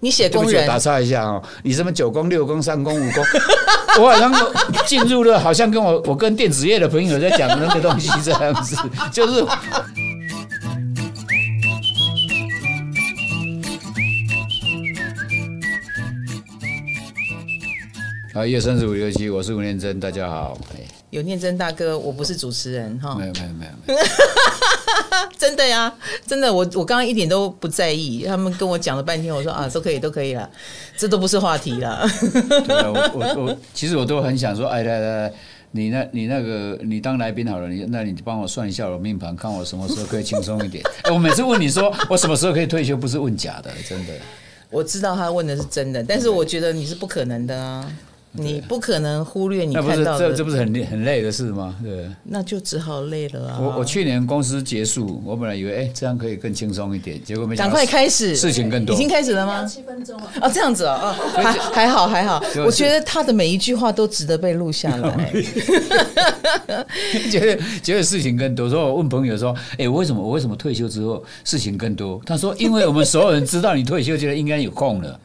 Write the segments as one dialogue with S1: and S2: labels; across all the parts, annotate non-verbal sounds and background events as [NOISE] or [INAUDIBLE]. S1: 你写
S2: 对
S1: 工
S2: 不起，我
S1: 人
S2: 打岔一下哦，你什么九宫、六宫、三宫、五宫， [LAUGHS] 我好像进入了，好像跟我我跟电子业的朋友在讲那个东西这样子， [LAUGHS] 就是啊，一月三十五六七，我是吴念真，大家好。哎
S1: 有念真大哥，我不是主持人哈
S2: 没，有没有没有，
S1: 真的呀，真的，我我刚刚一点都不在意，他们跟我讲了半天，我说
S2: 嗯
S1: 啊，都可以，都可以啦，这都不是话题啦。
S2: [LAUGHS] 对啊，我我我，其实我都很想说，哎来来来，你那你那个你当来宾好了，你那你帮我算一下我命盘，看我什么时候可以轻松一点。 [LAUGHS] 哎我每次问你说我什么时候可以退休，不是问假的，真的。
S1: [LAUGHS] 我知道他问的是真的，但是我觉得你是不可能的啊，你不可能忽略你
S2: 那不
S1: 看
S2: 是
S1: 到
S2: 这这
S1: 的，啊
S2: 不是很很累的事吗？对。
S1: 那就只好累了啊。
S2: 我我去年公司结束，我本来以为哎、这样可以更轻松一点，结果没想
S1: 赶
S2: 到
S1: 快开始，
S2: 事情更多
S1: 已经开始了吗？
S3: 七分钟了，
S1: 哦，这样子哦，哦还还好还好
S2: 就，是
S1: 我觉得他的每一句话都值得被录下来。 [LAUGHS]
S2: [LAUGHS] 觉得觉得事情更多，所以我问朋友说：“哎、我为什么我为什么退休之后事情更多？”他说：“因为我们所有人知道你退休，觉得应该有空了，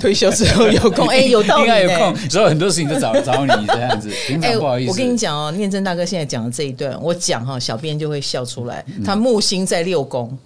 S1: 退休之后有 [LAUGHS] 空，哎、有道
S2: 应
S1: 理、
S2: 该
S1: 欸，
S2: 有空，所以很多事情都找找你这样子。平常不好意思，
S1: 我跟你讲哦，念真大哥现在讲的这一段，我讲哈、小编就会笑出来。
S2: 嗯
S1: 他木星在六宫，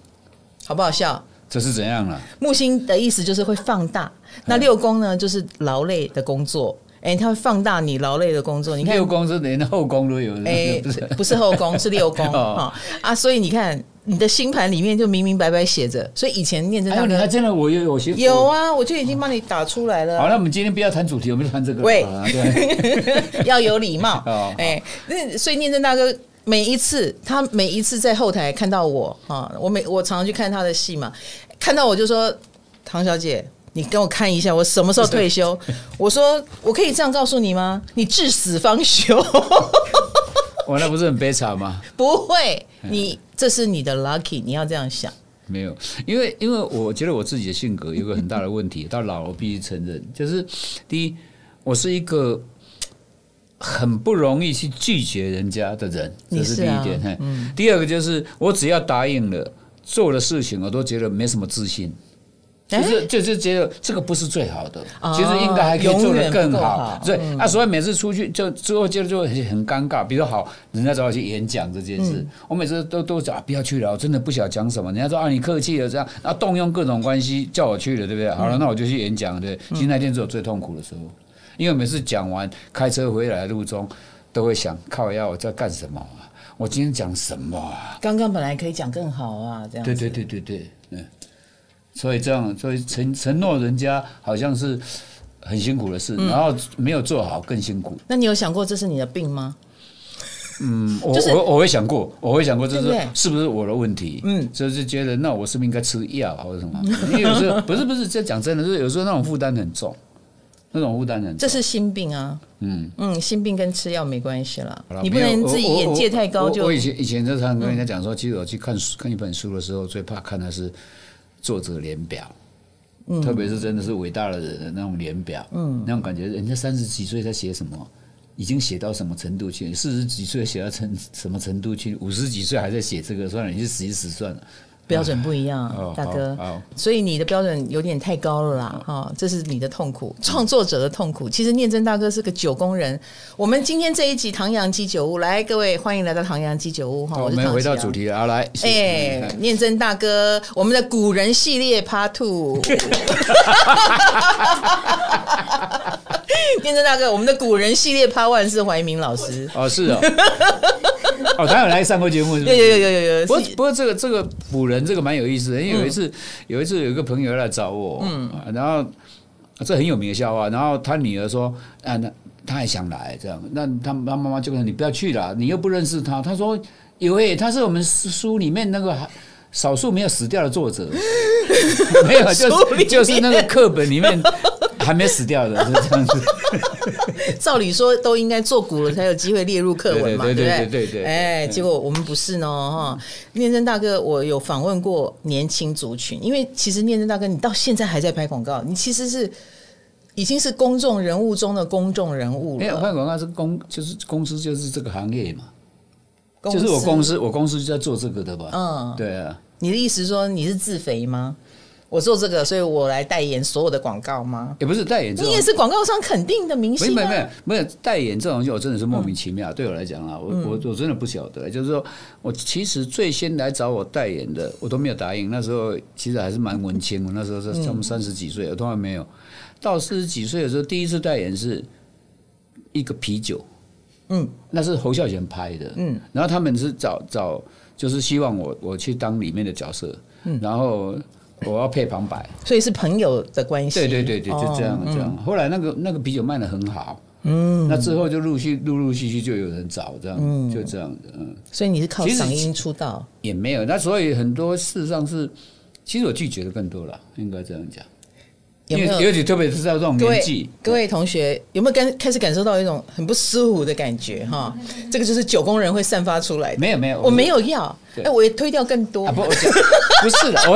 S1: 好不好笑？
S2: 这是怎样了？
S1: 木星的意思就是会放大，
S2: 哎
S1: 那六宫呢就是劳累的工作，哎、它会放大你劳累的工作。你看
S2: [LAUGHS] 六宫是连后宫都有，
S1: 哎、
S2: [LAUGHS] 不是啊
S1: 不是后宫，是六宫啊、
S2: 哦
S1: 啊！所以你看，你的星盘里面就明明白白写着，所以以前念真
S2: 还
S1: 大
S2: 哎有你还
S1: 哥
S2: 真的我有有些
S1: 有。啊，我就已经帮你打出来了啊。
S2: 好，那我们今天不要谈主题，我们就谈这个。
S1: 喂 [LAUGHS]
S2: 啊对， [LAUGHS]
S1: 要有礼貌
S2: 哦。
S1: 哎、那所以念真大哥每一次，他每一次在后台看到我啊，我每我常常去看他的戏嘛，看到我就说：“唐小姐，你跟我看一下，我什么时候退
S2: [LAUGHS]
S1: 休？”我说：“我可以这样告诉你吗？你至死方休， [LAUGHS]
S2: 我那不是很悲惨吗？
S1: 不会，
S2: 哎
S1: 你这是你的 lucky，你要这样想。
S2: 没有，因为因为我觉得我自己的性格有个很大的问题， [LAUGHS] 到老了必须承认，就是第一，我是一个很不容易去拒绝人家的人，这
S1: 你
S2: 是
S1: 是
S2: 第一
S1: 啊
S2: 点。嘿第二个就是我只要答应了做的事情，我都觉得没什么自信。就
S1: 哎
S2: 是就是觉得这个不是最好的，
S1: 哦
S2: 其实应该还可以做得
S1: 永远
S2: 更
S1: 不够
S2: 好
S1: 好。嗯
S2: 对啊，所以每次出去就之后就就很很尴尬。比如说好，人家找我去演讲这件
S1: 嗯
S2: 事，我每次都都讲啊不要去了，我真的不晓得讲什么。人家说啊你客气了这样，然后动用各种关系叫我去了，对不对？好
S1: 嗯
S2: 了，那我就去演讲，对不对。其实那天是我最痛苦的时候，因为每次讲完开车回来的路中都会想靠呀我在干什么啊？我今天讲什么啊？
S1: 刚刚本来可以讲更好啊，这样
S2: 对
S1: 子。
S2: 对对对对，嗯，所以这样，所以承承诺人家好像是很辛苦的事，
S1: 嗯
S2: 然后没有做好更辛苦。
S1: 那你有想过这是你的病吗？
S2: 嗯，我、
S1: 就是
S2: 我我会想过，我会想过，这
S1: 对不
S2: 是
S1: 对
S2: 是不是我的问题？嗯，就是觉得那我是不是应该吃药或者什么？因为有时候不是不是，这讲真的，就是有时候那种负担很重，那种负担很重。
S1: 这是心病啊，嗯嗯，心病跟吃药没关系啦
S2: 好啦，
S1: 你不
S2: 没有
S1: 能
S2: 我
S1: 自己
S2: 我
S1: 眼界
S2: 我
S1: 太高就嗯
S2: 我我以前以前就常跟人家讲说，其实我去看书看一本书的时候，最怕看的是作者脸表。
S1: 嗯
S2: 特别是真的是伟大的人的那种脸表，嗯，那种感觉，人家三十几岁在写什么，已经写到什么程度去？四十几岁写到成什么程度去？五十几岁还在写这个，算了，你去死一死算了。
S1: 标准不一样，
S2: 哦
S1: 大哥
S2: 好好，
S1: 所以你的标准有点太高了啦，哈、这是你的痛苦，创作者的痛苦。其实念真大哥是个九宫人，我们今天这一集唐阳鸡酒屋，来各位欢迎来到唐阳鸡酒屋哈，
S2: 好我
S1: 是
S2: 们
S1: 唐
S2: 回到
S1: 吉阳
S2: 主。题了，好来，
S1: 哎、
S2: 嗯
S1: 念真大哥，我们的古人系列 Part Two。念真大哥，我们的古人系列 Part One 是怀民老师，
S2: 哦是哦， [LAUGHS] 哦他有来上过节目是不
S1: 有
S2: 是？
S1: 有有有有有，
S2: 不过
S1: 是
S2: 不过这个这个补人这个蛮有意思的，因为有一
S1: 嗯
S2: 次、有一次有一个朋友来找我，嗯，然后这很有名的笑话，然后他女儿说啊，那他也想来这样，那他他妈妈就跟他说你不要去了，你又不认识他，他说有诶、他是我们书里面那个。少数没有死掉的
S1: [LAUGHS]
S2: 作者，没有，
S1: 书
S2: 就是
S1: 里
S2: 就是那个
S1: 面
S2: 课本里面还没死掉的，是这
S1: [LAUGHS]
S2: 样子。
S1: 照理说都应该做古了才有机会列入课文嘛，
S2: 对
S1: 不
S2: 对对
S1: 对
S2: 对对对对
S1: 哎，结果我们不是呢，哈。念真大哥，我有访问过年轻族群，因为其实念真大哥，你到现在还在拍广告，你其实是已经是公众人物中的公众人物
S2: 没有，
S1: 了。
S2: 换广告是公，就是公司就是这个行业嘛，
S1: 公
S2: 就
S1: 司
S2: 是我公，司，我公司就在做这个的吧。
S1: 嗯
S2: 对啊。
S1: 你的意思是说你是自肥吗？我做这个，所以我来代言所有的广告吗？
S2: 也不是代言这种
S1: 你也是广告商肯定的明
S2: 没有
S1: 星
S2: 哦没有没有
S1: 啊，嗯
S2: 没有代言这种东西，我真的是莫名其妙。对我来讲啊，我我我真的不晓得。就是说我其实最先来找我代言的，我都没有答应。那时候其实还是蛮文青，我那时候是
S1: 嗯
S2: 差不多三十几岁，我从来没有。到四十几岁的时候，第一次代言是一个啤酒，
S1: 嗯，
S2: 那是侯孝贤拍的，嗯，然后他们是找找，就是希望我我去当里面的角色，嗯，然后我要配旁白。
S1: 所以是朋友的关系。
S2: 对对对对，就这样、
S1: 哦
S2: 这样。后来那个那个啤酒卖的很好，嗯，那之后就陆续陆陆续续就有人找这样，就这样子，嗯，
S1: 所以你是靠
S2: 其实
S1: 嗓音出道，
S2: 也没有。那所以很多事实上是，其实我拒绝的更多了，应该这样讲，
S1: 有没
S2: 因
S1: 有
S2: 为？尤其特别是在这种
S1: 各
S2: 年
S1: 位
S2: 纪，
S1: 各位同学有没有感开始感受到一种很不舒服的感觉哈？这个就是九宫人会散发出来的。
S2: 嗯没有没有
S1: 我没有要，
S2: 对
S1: 哎，我也推掉更多
S2: 啊，。不，我讲不是的，我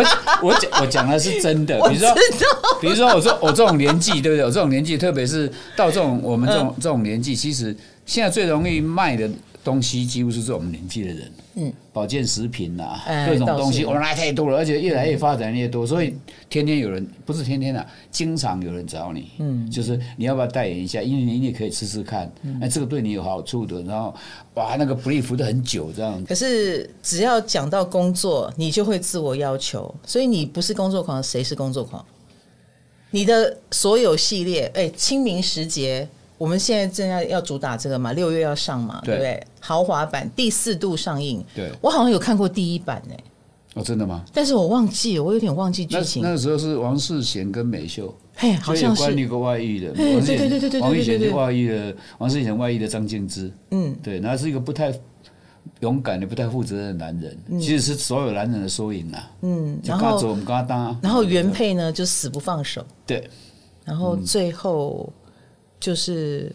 S2: 我讲我讲的是真
S1: [LAUGHS] [LAUGHS]
S2: 的，
S1: 我
S2: 比如
S1: 知
S2: 说。
S1: 道，
S2: [LAUGHS] 比如说，我说我这种年纪，对不对？我这种年纪，特别是到这种我们这种、
S1: 嗯
S2: 这种年纪，其实现在最容易卖的东西，几乎是这种年纪的人。嗯，保健食品啊，
S1: 哎
S2: 各种
S1: 倒是
S2: 东西，我来太多了，而且越来越发展越多，所以天天有人，不是天天啊，经常有人找你。嗯，就是你要不要代言一下？因为你也可以吃吃看，
S1: 嗯
S2: 哎，这个对你有好处的。然后，哇，那个 brief 的很久这样子。
S1: 可是只要讲到工作，你就会自我要求，所以你不是工作狂，谁是工作狂？你的所有系列，哎、清明时节，我们现在正要要主打这个嘛，六月要上嘛，对
S2: 对
S1: 不对？豪华版第四度上映，
S2: 对
S1: 我好像有看过第一版哎、
S2: 哦，真的吗？
S1: 但是我忘记了，我有点忘记
S2: 那
S1: 剧情
S2: 那，个时候是王世贤跟美秀。
S1: 嘿，好
S2: 所以有
S1: 像
S2: 关
S1: 是，
S2: 于一个外遇的，
S1: 哎
S2: 王世
S1: 对对对对对对
S2: 贤，王玉
S1: 对
S2: 贤
S1: 对
S2: 就外遇了，王世贤外遇了张静之，
S1: 嗯，
S2: 对，然后是一个不太勇敢的、不太负责任的男人，其实是所有男人的缩影啊。
S1: 嗯，
S2: 就
S1: 然
S2: 跟他走，
S1: 后
S2: 我们跟他搭，
S1: 然后原配呢就死不放手，
S2: 对，
S1: 然后
S2: 嗯
S1: 最后就是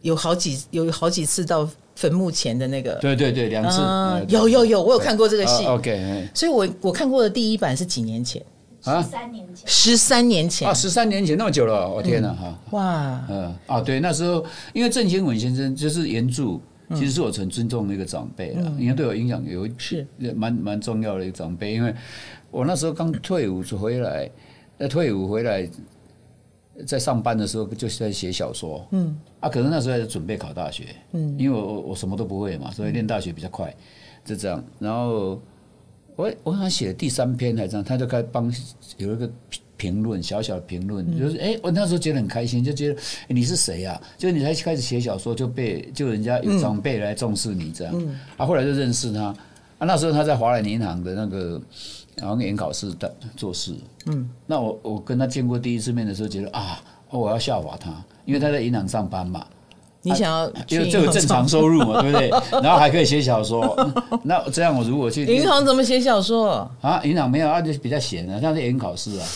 S1: 有好几有好几次到坟墓前的那个，
S2: 对对对，两次，
S1: 啊
S2: 哎，
S1: 有有有，我有看过这个戏
S2: 啊，OK，哎
S1: 所以我我看过的第一版是几年前，
S2: 啊
S3: 三年前，
S1: 十三年前
S2: 啊，，十三年前那么久了，哦我天哪，哈，
S1: 哇，
S2: 嗯啊，对，那时候因为郑兴文先生就是原著，其实是我很尊重的一个长辈了，因为对我影响有一
S1: 是
S2: 蛮蛮重要的一个长辈，因为我那时候刚退伍回来，呃，退伍回来在上班的时候就是在写小说，嗯，啊，可能那时候还在准备考大学，嗯，因为我我我什么都不会嘛，所以念大学比较快，就这样，然后。我我好像写了第三篇还是这样，他就开始帮有一个评评论，小小的评论，就是哎、诶我那时候觉得很开心，就觉得、诶你是谁啊？就你才开始写小说就被就人家
S1: 嗯
S2: 有长辈来重视你这样，啊，后来就认识他，啊，那时候他在华南银行的那个好像研考室的做事，嗯，那我我跟他见过第一次面的时候，觉得啊，哦我要效法他，因为他在银行上班嘛，
S1: 你想要
S2: 就
S1: 去
S2: 就有
S1: 银行
S2: 正常收入嘛，对不对？然后还可以写小说， [LAUGHS] 那这样我如果去
S1: 银行怎么写小说？
S2: 啊，营长没有，啊，就比较闲啊，他是营考试啊，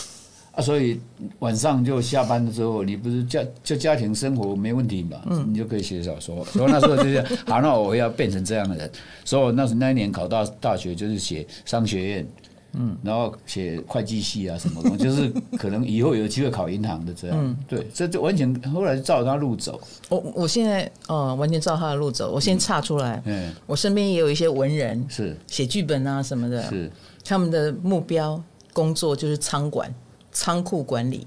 S2: 啊，所以晚上就下班之后，你不是家就家庭生活没问题嘛，
S1: 嗯
S2: 你就可以写小说。所以那时候就是，好，那我要变成这样的人。所以我那时那一年考大大学就是写商学院，嗯，然后写会计系啊什么的，就是可能以后有机会考银行的这样。
S1: 嗯
S2: 对，这就完全后来就照着他路走，
S1: 我我现在哦，完全照他的路走。我先岔出来，
S2: 嗯，
S1: 我身边也有一些文人
S2: 是
S1: 写剧本啊什么的，
S2: 是，
S1: 他们的目标工作就是仓管、仓库管理，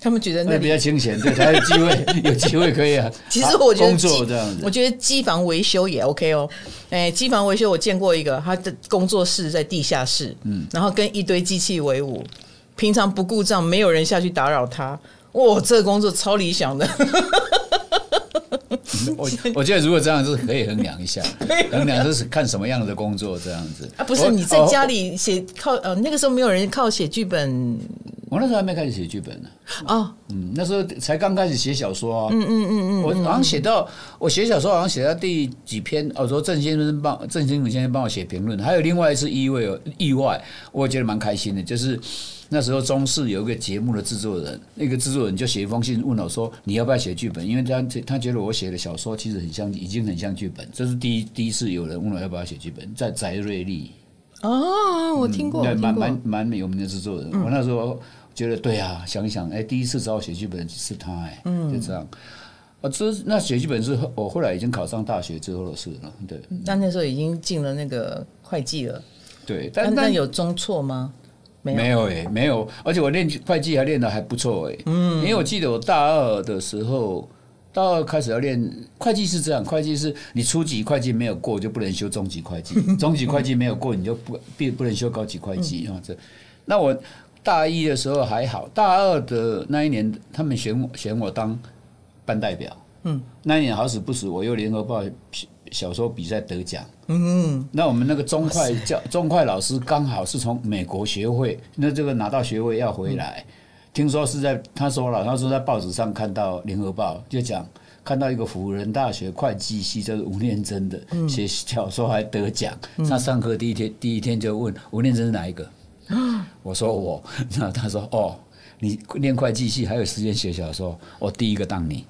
S1: 他们觉得那
S2: 那比
S1: 里。
S2: 较清闲，对，才有机会， [LAUGHS] 有机会可以啊。
S1: 其实我觉得
S2: 工
S1: 机
S2: 作这样子
S1: 我，觉得机房维修也 OK 哦。哎，机房维修我见过一个，他的工作室在地下室，嗯，然后跟一堆机器为伍，平常不故障，没有人下去打扰他。哇，这个工作超理想的， [LAUGHS]
S2: 我我觉得如果这样是可以衡
S1: [LAUGHS]
S2: 量一下，衡量就是看什么样的工作这样子。
S1: 啊，不是
S2: 我
S1: 你在家
S2: 哦
S1: 里写靠呃，那个时候没有人靠写剧本
S2: 我那时候还没开始写剧本呢，
S1: 哦，
S2: 嗯，那时候才刚开始写小说啊，嗯嗯嗯嗯，我好像写到我写小说好像写到第几篇，哦，说郑先生帮郑先生先生帮我写评论，还有另外一次意外哦意外，我觉得蛮开心的，就是那时候中视有一个节目的制作人，那个制作人就写一封信问我说你要不要写剧本，因为他他觉得我写的小说其实很像，已经很像剧本，这是第一第一次有人问我要不要写剧本，在翟瑞丽。
S1: 哦，我听过，
S2: 对，
S1: 我
S2: 嗯蛮
S1: 听过嗯
S2: 蛮蛮有名的制作人。我那时候觉得，对啊，想一想，哎，第一次找我写剧本是他，哎，
S1: 嗯
S2: 就这样。啊，这那写剧本是后我后来已经考上大学之后的事了，对
S1: 嗯那那时候已经进了那个会计了，
S2: 对，
S1: 但
S2: 但
S1: 但
S2: 但
S1: 有中错吗？没有
S2: 没有哎、没有，而且我练会计还练得还不错哎、嗯，因为我记得我大二的时候，大二开始要练会计是这样，会计是你初级会计没有过就不能修中级会计，中级会计没有过你就不必不能修高级会计啊、这。那我大一的时候还好，大二的那一年他们选我选我当班代表，嗯，那一年好死不死我又联合报小小说比赛得奖。那我们那个中快教中快老师刚好是从美国学会，那这个拿到学位要回来，听说是在他说了，他说在报纸上看到《联合报》就讲看到一个辅仁大学会计系，就是吴念真的
S1: 嗯
S2: 写小说还得奖，他上课第一天第一天就问吴念真是哪一个，我说我， [LAUGHS] 那他说哦，你念会计系还有时间写小说，我第一个当你。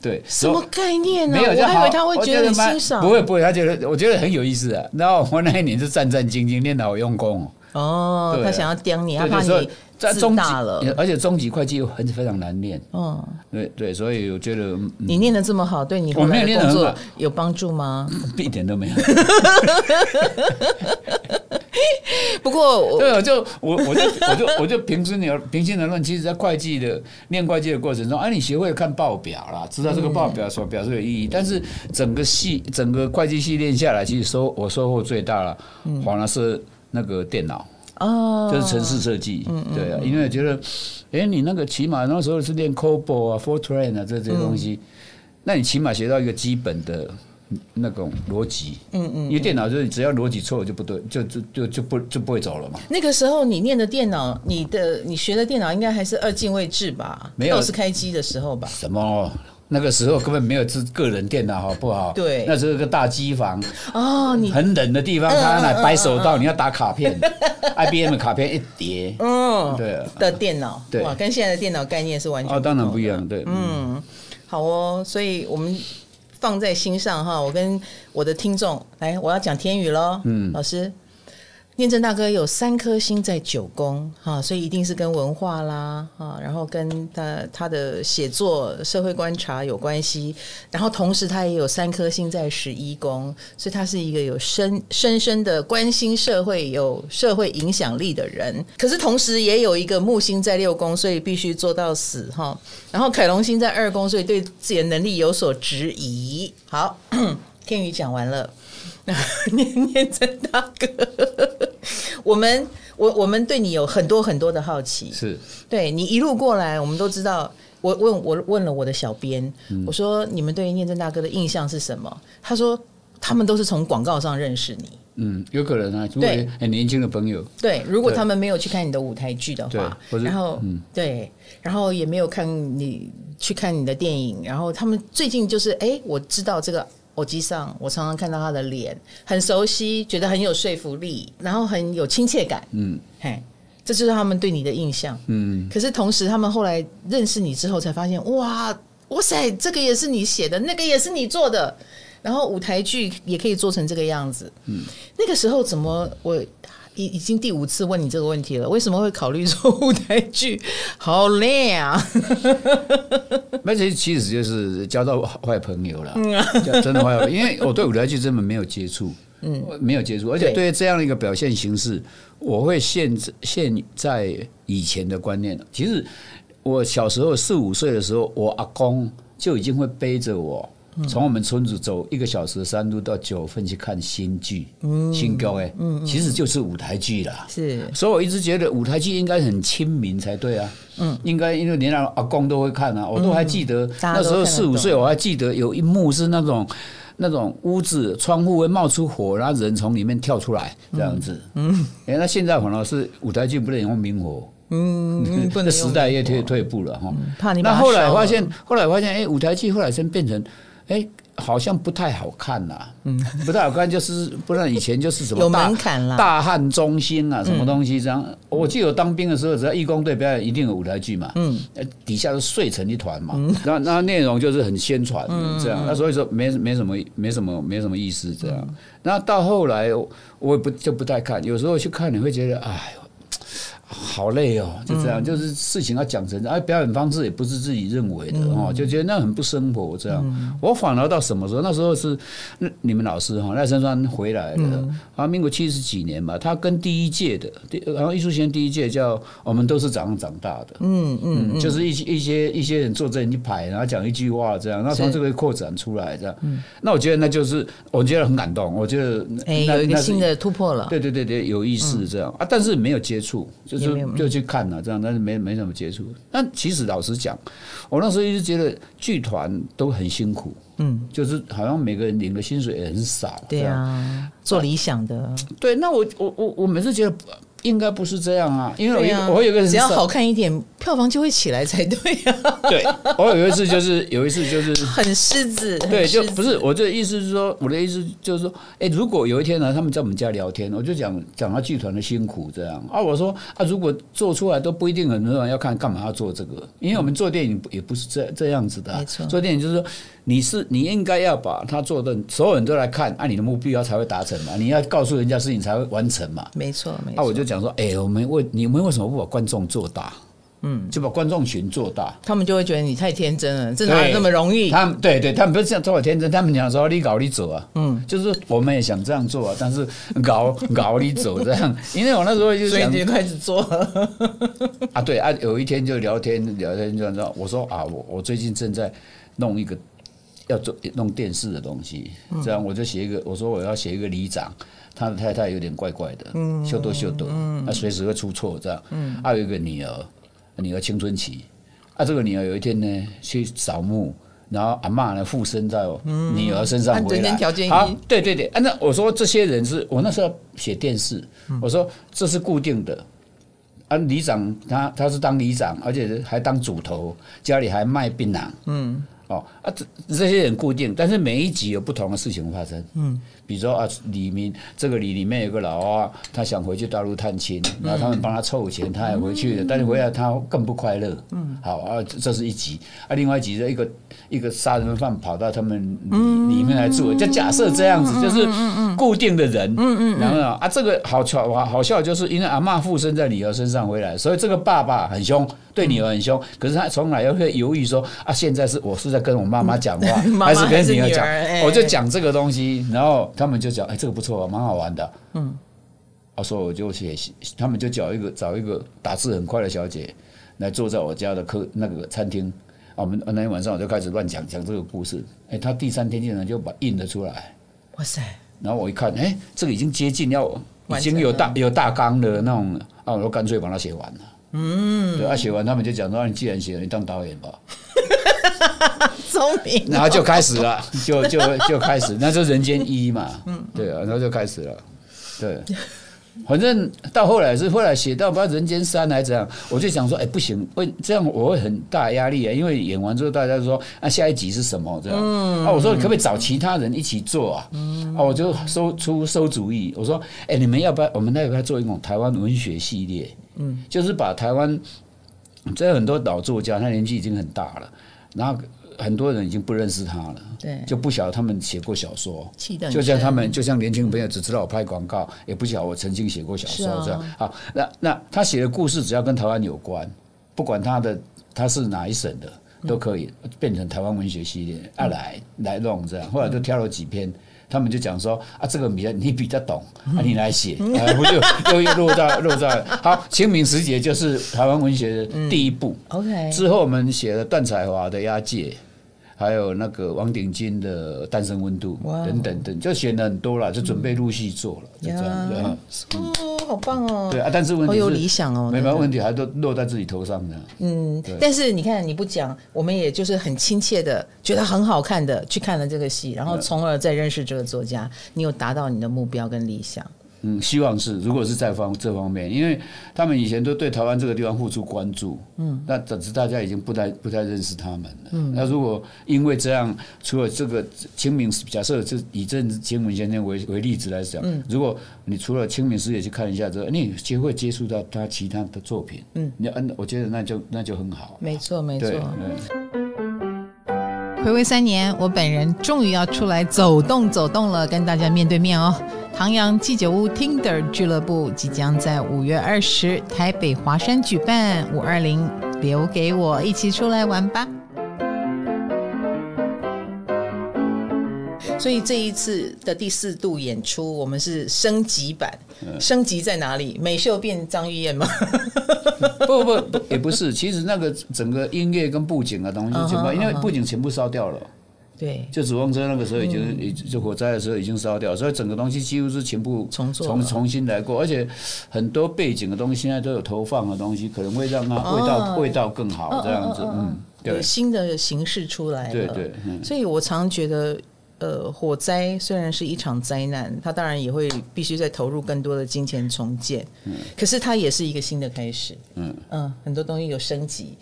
S2: 对，
S1: 什么概念呢、啊
S2: 没有，就
S1: 我还以
S2: 好
S1: 为他会
S2: 我
S1: 觉得你
S2: 蛮
S1: 欣赏，
S2: 不会不会，他觉得我觉得很有意思啊。然后我那一年就战战兢兢，练得好用功哦。
S1: 哦，
S2: 对啊
S1: 他想要刁你，他
S2: 对
S1: 怕
S2: 所以
S1: 你
S2: 在
S1: 自
S2: 中级
S1: 大了。，
S2: 而且中级会计又很非常难练。
S1: 嗯，
S2: 对对，所以我觉得嗯
S1: 你念的这么好，对你后
S2: 我没
S1: 来
S2: 有
S1: 的
S2: 念得
S1: 工
S2: 很
S1: 作
S2: 好
S1: 有帮助吗？
S2: 一点都没有。
S1: [LAUGHS]
S2: [LAUGHS]
S1: 不过我
S2: 对，我就我我就我就 [LAUGHS] 我就平心而平心而论，其实，在会计的念会计的过程中，啊，你学会看报表啦，知道这个报表所表示的意
S1: 嗯
S2: 义，但是整个系整个会计系练下来，其实收我收获最大了，
S1: 嗯
S2: 反而是那个电脑。
S1: 哦，
S2: 就是城市设计，对啊，因为我觉得，哎、你那个起码那时候是练 COBOL 啊、Fortran 啊这些东西，那你起码学到一个基本的那种逻辑，嗯嗯，因为电脑就是只要逻辑错了就不对，就就就就不就不会走了嘛。
S1: 那个时候你念的电脑，你的你学的电脑应该还是二进位制吧？
S2: 没有
S1: 二十开机的时候吧？
S2: 什么？那个时候根本没有自个人电脑，好不好？
S1: 对
S2: 那是个大机房，
S1: 哦，你
S2: 很冷的地方，他来白手套，你要打卡 [LAUGHS] 片，IBM 的卡片一叠，
S1: 嗯
S2: 对啊
S1: 的电脑，
S2: 对
S1: 哇，跟现在的电脑概念是完全
S2: 哦，当然
S1: 同
S2: 不一样，对，嗯，
S1: 好哦，所以我们放在心上哈。我跟我的听众，来，我要讲天宇喽。嗯，老师，念正大哥有三颗星在九宫哈，所以一定是跟文化啦哈，然后跟他他的写作、社会观察有关系。然后同时他也有三颗星在十一宫，所以他是一个有深深深的关心社会、有社会影响力的人。可是同时也有一个木星在六宫，所以必须做到死哈。然后凯龙星在二宫，所以对自己的能力有所质疑。好， [COUGHS] 天宇讲完了， [LAUGHS] 念念真大哥，我们我我们对你有很多很多的好奇，
S2: 是
S1: 对你一路过来，我们都知道。我问我问了我的小编，我说你们对念真大哥的印象是什么？他说他们都是从广告上认识你。
S2: 嗯，有可能啊，如果
S1: 对
S2: 很年轻的朋友，
S1: 对，如果
S2: 对
S1: 他们没有去看你的舞台剧的
S2: 对
S1: 话，
S2: 或者嗯
S1: 然后、对，然后也没有看你去看你的电影，然后他们最近就是哎、我知道这个偶机上，我常常看到他的脸，很熟悉，觉得很有说服力，然后很有亲切感，嗯，嘿，这就是他们对你的印象，嗯。可是同时，他们后来认识你之后，才发现哇哇塞，这个也是你写的，那个也是你做的。然后舞台剧也可以做成这个样子，嗯，那个时候怎么我已已经第五次问你这个问题了，为什么会考虑做舞台剧？好累啊！
S2: [LAUGHS] 那其实其实就是交到坏朋友了，交真的坏朋友，因为我对舞台剧根本没有接触，嗯，没有接触，而且对于这样的一个表现形式，我会限制限在以前的观念了。啊其实我小时候四五岁的时候，我阿公就已经会背着我。从我们村子走一个小时的山路到九份去看新剧，新歌哎，其实就是舞台剧
S1: [LAUGHS]
S2: 啦。
S1: 是
S2: 所以我一直觉得舞台剧应该很亲民才对啊，嗯，应该因为连老阿公都会看啊，我都还记得、
S1: 嗯大家
S2: 那
S1: 都
S2: 时候
S1: 看得
S2: 四五
S1: 懂
S2: 岁，我还记得有一幕是那种那种屋子窗户会冒出火，然后人从里面跳出来这样子，嗯，哎、那现在反而是舞台剧不能用明火，
S1: 嗯，不
S2: 这
S1: 能嗯
S2: 时代也退退步了哈。
S1: 怕你把
S2: 那
S1: 它
S2: 后来
S1: 烧了
S2: 发现，后来发现，哎、舞台剧后来真变成，哎、好像不太好看啦、嗯，不太好看，就是不然以前就是什么
S1: 有
S2: 大
S1: 门槛啦嗯
S2: 大汉中心啊，什么东西这样。我记得我当兵的时候，只要义工队表演，一定有舞台剧嘛，嗯，底下都碎成一团嘛，
S1: 嗯
S2: 然后那内容就是很宣传这样，那所以说没没什么没什么没什么意思
S1: 嗯
S2: 这样。那到后来我我也不就不太看，有时候去看你会觉得，哎呦。好累哦，就
S1: 嗯
S2: 这样，就是事情要讲成这样，哎，表演方式也不是自己认为的
S1: 嗯
S2: 哦，就觉得那很不生活。这样，我反而到什么时候？那时候是那你们老师哈赖声川回来了，
S1: 嗯
S2: 啊，民国七十几年嘛，他跟第一届的，第然后艺术学院第一届叫我们都是早上长大的，嗯嗯，就是一些一些一些人坐在一排，然后讲一句话这样，那从这个扩展出来这样，那我觉得那就是我觉得很感动，我觉得
S1: 嗯哎，
S2: 那
S1: 有一个
S2: 那是
S1: 新的突破了。
S2: 对对对对，有意思这样、啊，但是没有接触，就
S1: 嗯
S2: 是
S1: 也没有嗯
S2: 就去看了、这样，但是没没什么接触。但其实老实讲，我那时候一直觉得剧团都很辛苦，嗯，就是好像每个人领的薪水也很少，
S1: 对
S2: 这样，
S1: 啊，做理想的，
S2: 对。那我我我我每次觉得应该不是这样啊，因为我
S1: 对
S2: 有一个、
S1: 啊，
S2: 我有一个很
S1: 只要
S2: 少
S1: 好看一点，票房就会起来才对啊。
S2: 对，我有一次就是有一次就是
S1: [LAUGHS] 很狮子， [LAUGHS]
S2: 对，
S1: 很狮
S2: 就
S1: 子
S2: 不是我的意思是说，我的意思就是说，哎、如果有一天呢、他们在我们家聊天，我就讲讲他剧团的辛苦这样啊，我说啊，如果做出来都不一定很多人要看，干嘛要做这个？因为我们做电影也不是这这样子的、啊
S1: 没，错
S2: 做电影就是说，你是你应该要把它做的，所有人都来看，按、你的目标才会达成嘛，你要告诉人家事情才会完成嘛。
S1: 没错没
S2: 啊，
S1: 错。
S2: 我就讲说，哎、我们为你们为什么不把观众做大？嗯，就把观众群做大。
S1: 他们就会觉得你太天真了，这
S2: 对
S1: 哪有那么容易？
S2: 他们对对，他们不是讲多少天真，他们讲说你搞你走啊，嗯，就是我们也想这样做啊，但是搞 [LAUGHS] 搞你走这样，因为我那时候
S1: [LAUGHS]
S2: 就
S1: 所以
S2: 想
S1: 你就开始做了，
S2: 啊，对啊，有一天就聊天聊天就说，我说啊，我我最近正在弄一个要做弄电视的东西，这样我就写一个，我说我要写一个里长。他的太太有点怪怪的，秀逗秀逗，那随时会出错这样。还有一个女儿，女儿青春期，啊，这个女儿有一天呢去扫墓，然后阿嬷呢附身在女儿身上
S1: 按
S2: 回
S1: 人
S2: 来。
S1: 间条件一
S2: 好，对对对，啊，那我说这些人是我那时候写电视，我说这是固定的。啊，里长他他是当里长，而且还当主头，家里还卖槟榔。嗯。哦啊，这这些人固定，但是每一集有不同的事情发生。嗯，比如说啊，李明这个里里面有个老啊，他想回去大陆探亲，然后他们帮他凑钱，他也回去了，但是回来他更不快乐。嗯，好啊，这这是一集啊，另外一集是一个一个杀人犯跑到他们里里面来住，就假设这样子，就是固定的人。嗯嗯，然后呢啊，这个好巧好好笑，就是因为阿嬷附身在女儿身上回来，所以这个爸爸很凶，对女儿很凶，可是他从来又会犹豫说啊，现在是我是在跟我嗯 [LAUGHS] 妈妈讲话，
S1: 妈妈
S2: 还是跟女儿
S1: 还是女
S2: 讲
S1: 儿哎？
S2: 我就讲这个东西，然后他们就讲，哎，这个不错，蛮好玩的。嗯，啊，所以我就写，他们就找一个找一个打字很快的小姐来坐在我家的客那个餐厅。啊，我们那天晚上我就开始乱讲讲这个故事。哎、他第三天竟然就把印了出来。
S1: [LAUGHS] 哇塞，
S2: 然后我一看，哎、这个已经接近要已
S1: 完成
S2: 经有大
S1: 了
S2: 有大纲的那种了，啊，我就干脆把它写完了。嗯，对，啊，写完他们就讲说，啊你既然写了，你当导演吧，
S1: 聪明哦，
S2: 然后就开始了，就就就开始，那就人间一嘛，嗯，对啊，然后就开始了，对。反正到后来是后来写到不知道人间三还是怎样，我就想说，哎、不行，会这样我会很大压力啊，因为演完之后大家就说，啊，下一集是什么这样？啊，我说可不可以找其他人一起做啊？啊，我就收出馊主意，我说，哎、你们要不要我们要不要做一种台湾文学系列？嗯，就是把台湾这很多老作家，他年纪已经很大了，然后很多人已经不认识他了，
S1: 对
S2: 就不晓得他们写过小说。
S1: 气得很
S2: 就像
S1: 深
S2: 他们，就像年轻朋友只知道我拍广告，也不晓得我曾经写过小
S1: 是
S2: 说
S1: 啊
S2: 这样。好，那那他写的故事只要跟台湾有关，不管他的他是哪一省的，
S1: 嗯
S2: 都可以变成台湾文学系列啊来来弄这
S1: 嗯
S2: 样。后来就挑了几篇。他们就讲说啊，这个比较你比较懂，啊，
S1: 嗯
S2: 你来写，啊， [LAUGHS] 不就又又落到落到好。清明时节就是台湾文学
S1: 嗯
S2: 的第一步，
S1: OK，
S2: 之后我们写了段彩华的《押解》，还有那个王鼎金的《诞生温度
S1: 哇》哦
S2: 等等等，就选了很多了，就准备陆续做了，就这样。对
S1: 嗯呀
S2: 啊，
S1: 哦，好棒哦，
S2: 对啊，但是问题
S1: 好
S2: 是
S1: 有理想哦，
S2: 没
S1: 真
S2: 办
S1: 的
S2: 法，问题还都落在自己头上呢。
S1: 嗯，但是你看你不讲，我们也就是很亲切的，觉得很好看的去看了这个戏，然后从而再认识这个作家，你有达到你的目标跟理想，
S2: 嗯，希望是，如果是在方这方面，因为他们以前都对台湾这个地方付出关注，嗯，那只是大家已经不太不太认识他们了。嗯，那如果因为这样，除了这个清明，假设就以郑清明先生为为例子来讲，如果你除了清明时节去看一下之后，你就会接触到他其他的作品，嗯，你嗯，我觉得那就那就很好，
S1: 没错没
S2: 对，
S1: 错。
S2: 嗯。
S3: 回味三年，我本人终于要出来走动走动了，跟大家面对面哦。唐阳鸡酒屋 Tinder 俱乐部即将在五月二十台北华山举办，五二零留给我一起出来玩吧。
S1: 所以这一次的第四度演出，我们是升级版。
S2: 嗯
S1: 升级在哪里？美秀变张玉燕吗？
S2: [LAUGHS] 不不不，也不是。其实那个整个音乐跟布景啊东西，全部
S1: 嗯哼
S2: 因为
S1: 嗯哼
S2: 布景全部烧掉了，
S1: 对，
S2: 就主控车那个时候已经，
S1: 嗯
S2: 已就火灾的时候已经烧掉，所以整个东西几乎是全部
S1: 重做
S2: 重
S1: 了
S2: 重新来过，而且很多背景的东西现在都有投放的东西，可能会让它
S1: 哦
S2: 味道味道更好这样子，嗯，对
S1: 有新的形式出来了。
S2: 对对，嗯。
S1: 所以我常觉得，呃，火灾虽然是一场灾难，它当然也会必须再投入更多的金钱重建，可是它也是一个新的开始，嗯很多东西有升级，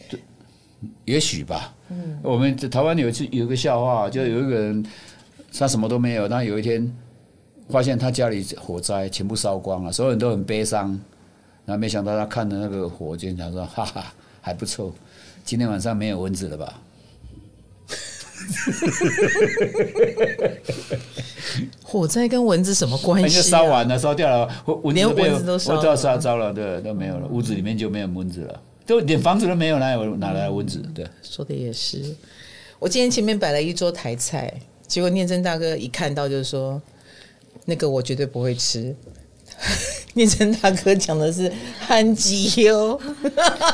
S2: 也许吧。嗯，我们台湾有一次有一个笑话，就有一个人他什么都没有，但有一天发现他家里火灾全部烧光了，所有人都很悲伤。然后没想到他看着那个火箭，他说：“哈哈，还不错，今天晚上没有蚊子了吧
S1: 火灾跟蚊子什么？”关
S2: 那
S1: 系、
S2: 就
S1: 啊？
S2: 哎烧完了，烧掉了，蚊蚊子
S1: 连
S2: 都没有
S1: 蚊子都烧了
S2: 我都要烧糟了，对，都没有了，屋子里面就没有蚊子了，都连房子都没有，哪有哪来蚊子？
S1: 嗯
S2: 对，
S1: 说的也是。我今天前面摆了一桌台菜，结果念真大哥一看到就是说，那个我绝对不会吃。 [LAUGHS] 念真大哥讲的是憨鸡哟，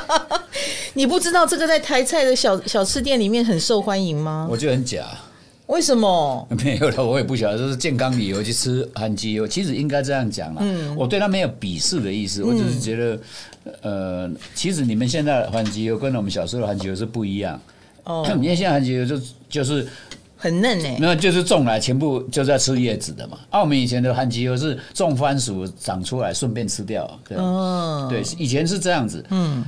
S1: [LAUGHS] 你不知道这个在台菜的小小吃店里面很受欢迎吗？
S2: 我就很假。
S1: 为什么？
S2: 没有了，我也不晓得，就是健康理由去吃韩鸡油，其实应该这样讲啦。
S1: 嗯
S2: 我对他没有鄙视的意思，我只是觉得，呃，其实你们现在的韩鸡油跟我们小时候的韩鸡油是不一样。
S1: 哦，
S2: [CLEARS THROAT] 因为现在韩鸡油就就是
S1: 很嫩哎、
S2: 那就是种来全部就在吃叶子的嘛。啊，我们以前的韩鸡油是种番薯长出来顺便吃掉，对、
S1: 嗯，
S2: 对，以前是这样子。嗯，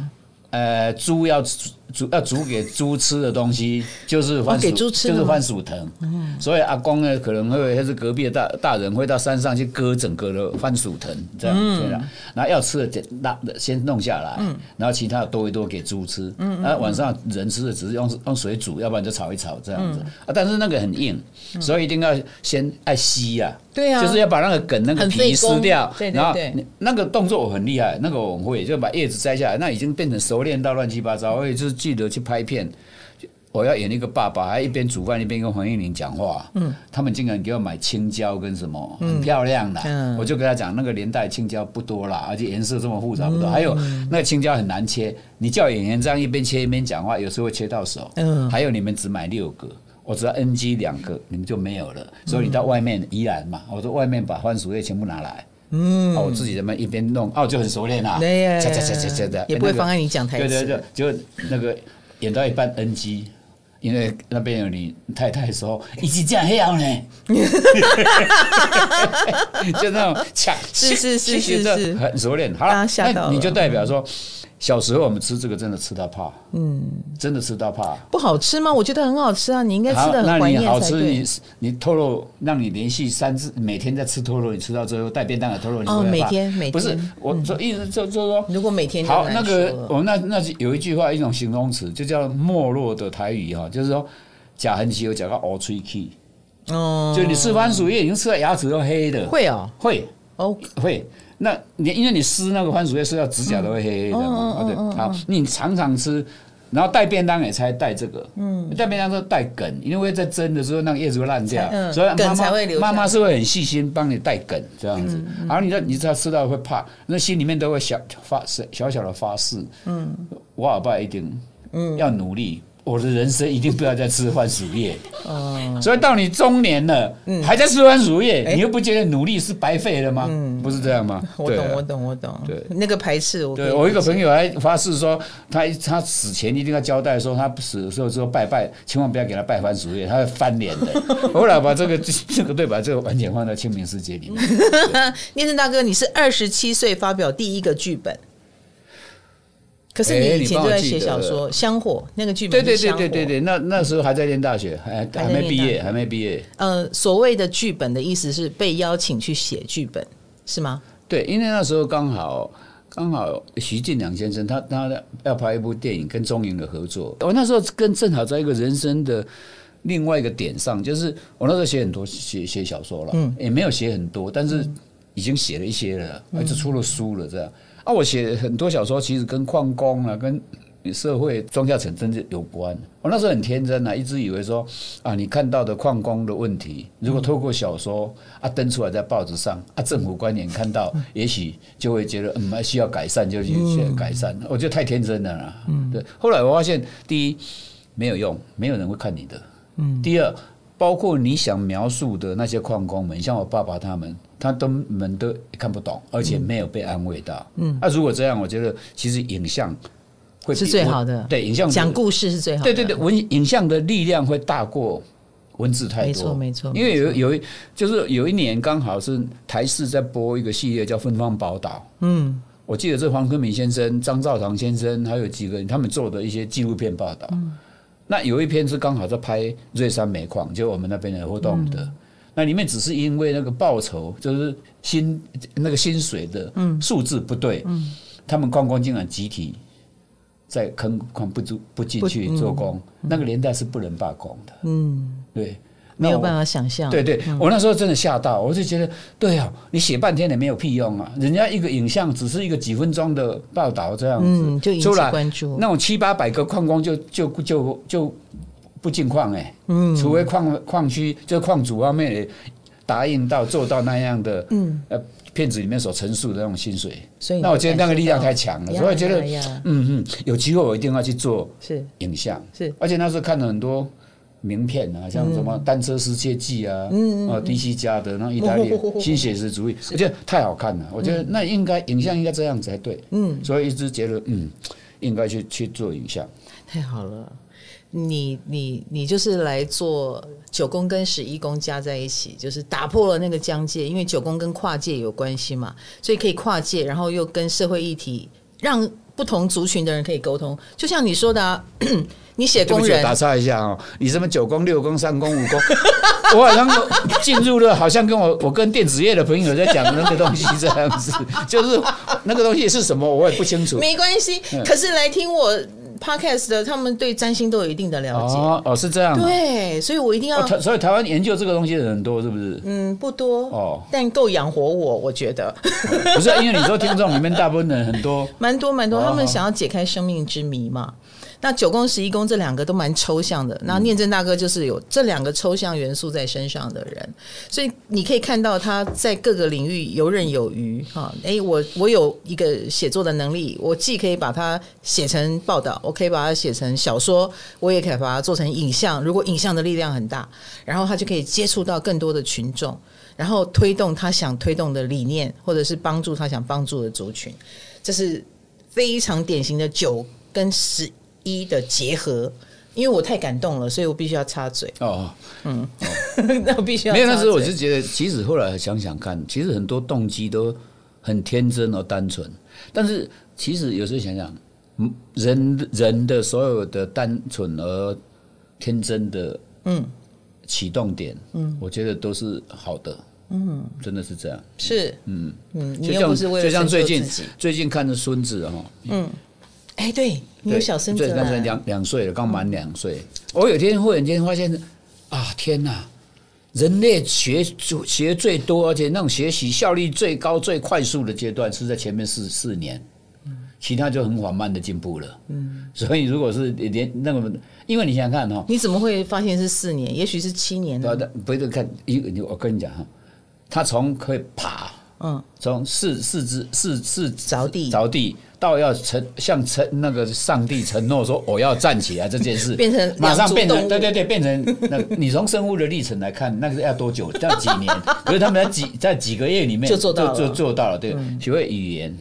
S2: 呃，猪要煮要煮给猪吃的东西就是番
S1: 哦
S2: 薯，
S1: 给猪吃的吗嗯
S2: 就是番薯藤。所以阿公呢，可能会还是隔壁的大大人会到山上去割整个的番薯藤，这样
S1: 嗯
S2: 这样，然后要吃的简那先弄下来，然后其他的多一多给猪吃。嗯，然后晚上人吃的只是用用水煮，要不然就炒一炒这样
S1: 嗯
S2: 子。啊，但是那个很硬，所以一定要先爱吸呀。
S1: 对啊
S2: 就是要把那个梗那个
S1: 很费
S2: 皮撕
S1: 工
S2: 掉，
S1: 对对
S2: 然后
S1: 对
S2: 你那个动作我很厉害，那个我很会，就把叶子摘下来，那已经变成熟练到乱七八糟。我也就是记得去拍片，我要演一个爸爸，还一边煮饭一边跟黄韵玲讲话。嗯，他们竟然给我买青椒跟什么，很漂亮的。
S1: 嗯
S2: 我就跟他讲，那个年代青椒不多啦，而且颜色这么复杂
S1: 嗯
S2: 不多，还有那个青椒很难切，你叫演员这样一边切一边讲话，有时候会切到手。
S1: 嗯
S2: 还有你们只买六个。我只要 NG 两个，你们就没有了，所以你到外面宜兰嘛，我说外面把番薯叶全部拿来，嗯，我自己在那边一边弄，哦，就很熟练啦，
S1: 对呀
S2: 切切切切切的，
S1: 也不会
S2: 那个
S1: 妨碍你讲台词
S2: 对对对，就那个演到一半 NG，因为那边有你太太说，一直这样
S1: [LAUGHS]
S2: 样呢，就那种抢，
S1: 是是是是
S2: 这
S1: 是
S2: 很熟练。好
S1: 大家，
S2: 了
S1: 吓到
S2: 那你
S1: 了
S2: 就代表说，小时候我们吃这个真的吃到怕，嗯，真的吃到怕。
S1: 不好吃吗？我觉得很好吃啊，你应该吃的很
S2: 那
S1: 怀
S2: 你
S1: 念
S2: 好
S1: 才
S2: 吃，你
S1: 对。
S2: 你透露让你连续三次每天在吃透露，你吃到最后带便当的透露，你
S1: 哦
S2: 会害
S1: 每
S2: 怕
S1: 天每
S2: 不是
S1: 天
S2: 我就意思就就说。
S1: 如果每天就
S2: 好，
S1: 难
S2: 那
S1: 说
S2: 个
S1: 了
S2: 我们那那是有一句话，一种形容词，就叫没落的台语哈，就是说假很稀有，假到熬吹气，
S1: 哦，
S2: 就你吃番薯叶已经吃到牙齿都黑的，
S1: 会哦
S2: 会
S1: 哦，
S2: 会。那你因为你撕那个番薯叶撕到指甲都会黑黑的
S1: 嗯
S2: 嘛，啊对，好，你常常吃，然后带便当也才带这个，嗯，带便当都带梗，因为在蒸的时候那个叶子会烂掉
S1: 才，嗯
S2: 所以妈
S1: 梗才
S2: 妈
S1: 会留下嗯
S2: 妈妈是会很细心帮你带梗这样子，然后你知道你知道吃到会怕，那心里面都会小发小小的发誓，嗯，我阿爸一定，嗯，要努力。我的人生一定不要再吃番薯叶，所以到你中年了，还在吃番薯叶，你又不觉得努力是白费了吗？不是这样吗？
S1: 我
S2: 对啊
S1: 懂，我懂，我懂。
S2: 对
S1: 那个排斥我可以
S2: 对我一个
S1: 理解
S2: 朋友还发誓说，他他死前一定要交代说，他死的时候说拜拜，千万不要给他拜番薯叶，他会翻脸的。我后来把这个这个对，把这个完全放在清明时节里面。
S1: [LAUGHS] 念正大哥，你是二十七岁发表第一个剧本，可是
S2: 哎
S1: 你以
S2: 你
S1: 前
S2: 帮
S1: 就
S2: 我
S1: 在
S2: 记
S1: 写
S2: 得
S1: 小
S2: 了
S1: 说《香火》那个剧
S2: 对
S1: 本，
S2: 对对对对。对，那那时候还在念大学，还还没毕业，还没毕业。
S1: 呃，所谓的剧本的意思是被邀请去写剧本，是吗？
S2: 对，因为那时候刚好刚好徐静良先生他他要拍一部电影跟中影的合作，我那时候跟正好在一个人生的另外一个点上，就是我那时候写很多写写小说了，嗯，也没有写很多，但是已经写了一些了，而且出了书了这样。啊，我写很多小说，其实跟矿工啊，跟社会庄稼城真的有关。我那时候很天真啊，一直以为说啊，你看到的矿工的问题，如果透过小说啊登出来在报纸上啊，政府官员看到，也许就会觉得嗯，还需要改善，就去去改善。我觉得太天真了啦。嗯，对。后来我发现，第一没有用，没有人会看你的。嗯。第二。包括你想描述的那些矿工们，像我爸爸他们，他都们都看不懂，而且没有被安慰到。嗯，那、如果这样，我觉得其实影像会比
S1: 是最
S2: 文
S1: 好的
S2: 对，影像
S1: 讲故事是最好的。
S2: 对对对，文影像的力量会大过文字太多。
S1: 没错没错
S2: 因为有有一就是有一年刚好是台视在播一个系列叫《芬芳宝岛》，
S1: 嗯，
S2: 我记得是黄坤明先生、张兆堂先生还有几个人他们做的一些纪录片报道。那有一篇是刚好在拍瑞山煤矿，就我们那边的活动的。那里面只是因为那个报酬，就是薪那个薪水的数字不对，他们矿工竟然集体在坑矿不足不进去做工，那个年代是不能罢工的。嗯，对，
S1: 没有
S2: 法。
S1: 办法想象。
S2: 对对，我那时候真的吓到，我就觉得，对啊，你写半天也没有屁用啊，人家一个影像只是一个几分钟的报道这样子，
S1: 嗯，就引起
S2: 出来
S1: 关注。
S2: 那种七八百个矿工就就就就不进矿哎、嗯，除非矿矿区就是矿主啊方面也答应到做到那样的，嗯，呃，片子里面所陈述的那种薪水，
S1: 所以
S2: 那我觉得那个力量太
S1: 才
S2: 强了，所以我觉得，嗯嗯，有机会我一定要去做
S1: 是
S2: 影像，
S1: 是，
S2: 而且那时候看了很多名片啊，像什
S1: 嗯
S2: 么单车世界记啊，嗯啊，迪西加的那意大利
S1: 哦
S2: 新写实主义，我觉得太好看了，我觉得
S1: 嗯
S2: 那应该影像应该这样才对，嗯，所以一直觉得嗯，应该去去做影像，
S1: 太好了。你你你就是来做九宫跟十一宫加在一起，就是打破了那个疆界，因为九宫跟跨界有关系嘛，所以可以跨界，然后又跟社会议题，让不同族群的人可以沟通。就像你说的、啊， [COUGHS] 你写
S2: 对不
S1: 工
S2: 起，我
S1: 人，
S2: 打岔一下哦，你什么九宫、六宫、三宫、五宫， [LAUGHS] 我好像进入了，好像跟我我跟电子业的朋友在讲那个东西这样子， [LAUGHS] 就是那个东西是什么我也不清楚。
S1: 没关系。
S2: 嗯
S1: 可是来听我 podcast 的，他们对占星都有一定的了解，
S2: 哦哦，是这样啊。
S1: 对，所以我一定要、？
S2: 哦，台所以台湾研究这个东西的人很多，是不是
S1: 嗯不多
S2: 哦
S1: 但够养活我，我觉得。
S2: [LAUGHS] 不是，因为你说听众里面大部分人
S1: [LAUGHS]
S2: 很多，
S1: 蛮多蛮多，
S2: 哦
S1: 他们想要解开生命之谜嘛。那九宫十一宫这两个都蛮抽象的，那念真大哥就是有这两个抽象元素在身上的人，所以你可以看到他在各个领域游刃有余哈。诶，我我有一个写作的能力，我既可以把它写成报道，我可以把它写成小说，我也可以把它做成影像。如果影像的力量很大，然后他就可以接触到更多的群众，然后推动他想推动的理念，或者是帮助他想帮助的族群。这是非常典型的九跟十一的结合。因为我太感动了，所以我必须要插嘴。
S2: [LAUGHS] 哦，
S1: 那我必须要
S2: 没有那时候我
S1: 插
S2: 就
S1: 嘴
S2: 觉得，其实后来想想看，其实很多动机都很天真而单纯，但是其实有时候想想，嗯，人人的所有的单纯而天真的，嗯，启动点，嗯，我觉得都是好的，嗯，真的是这样。
S1: 是，嗯嗯，你
S2: 就
S1: 又
S2: 像
S1: 不是为了
S2: 就像
S1: 拯救
S2: 最近
S1: 自己
S2: 最近看的孙子哦哈，
S1: 哎，对你有
S2: 对，
S1: 小孙子啊
S2: 对，刚才
S1: 了，
S2: 两两岁了，刚满两岁。我有一天忽然间发现，啊，天哪！人类学学最多，而且那种学习效率最高、最快速的阶段是在前面四四年，其他就很缓慢的进步了。嗯，所以如果是连那个，因为你想想看哈、哦
S1: 你怎么会发现是四年？也许是七年啊
S2: 不要
S1: 呢？
S2: 的，不是看一个，你我跟你讲哈，他从可以爬，
S1: 嗯，
S2: 从四四肢四四
S1: 着地
S2: 着地，到要承向承那个上帝承诺说我要站起来这件
S1: [LAUGHS]
S2: 事，
S1: 变成
S2: 马上
S1: 两足
S2: 变
S1: 动
S2: 成
S1: 物
S2: 对对对，变成那个你从生物的历程来看，那个要多久？要几
S1: [LAUGHS]
S2: 年？可是他们在几在几个月里面
S1: 就做到了嗯
S2: 就就做到了，对，学会语言，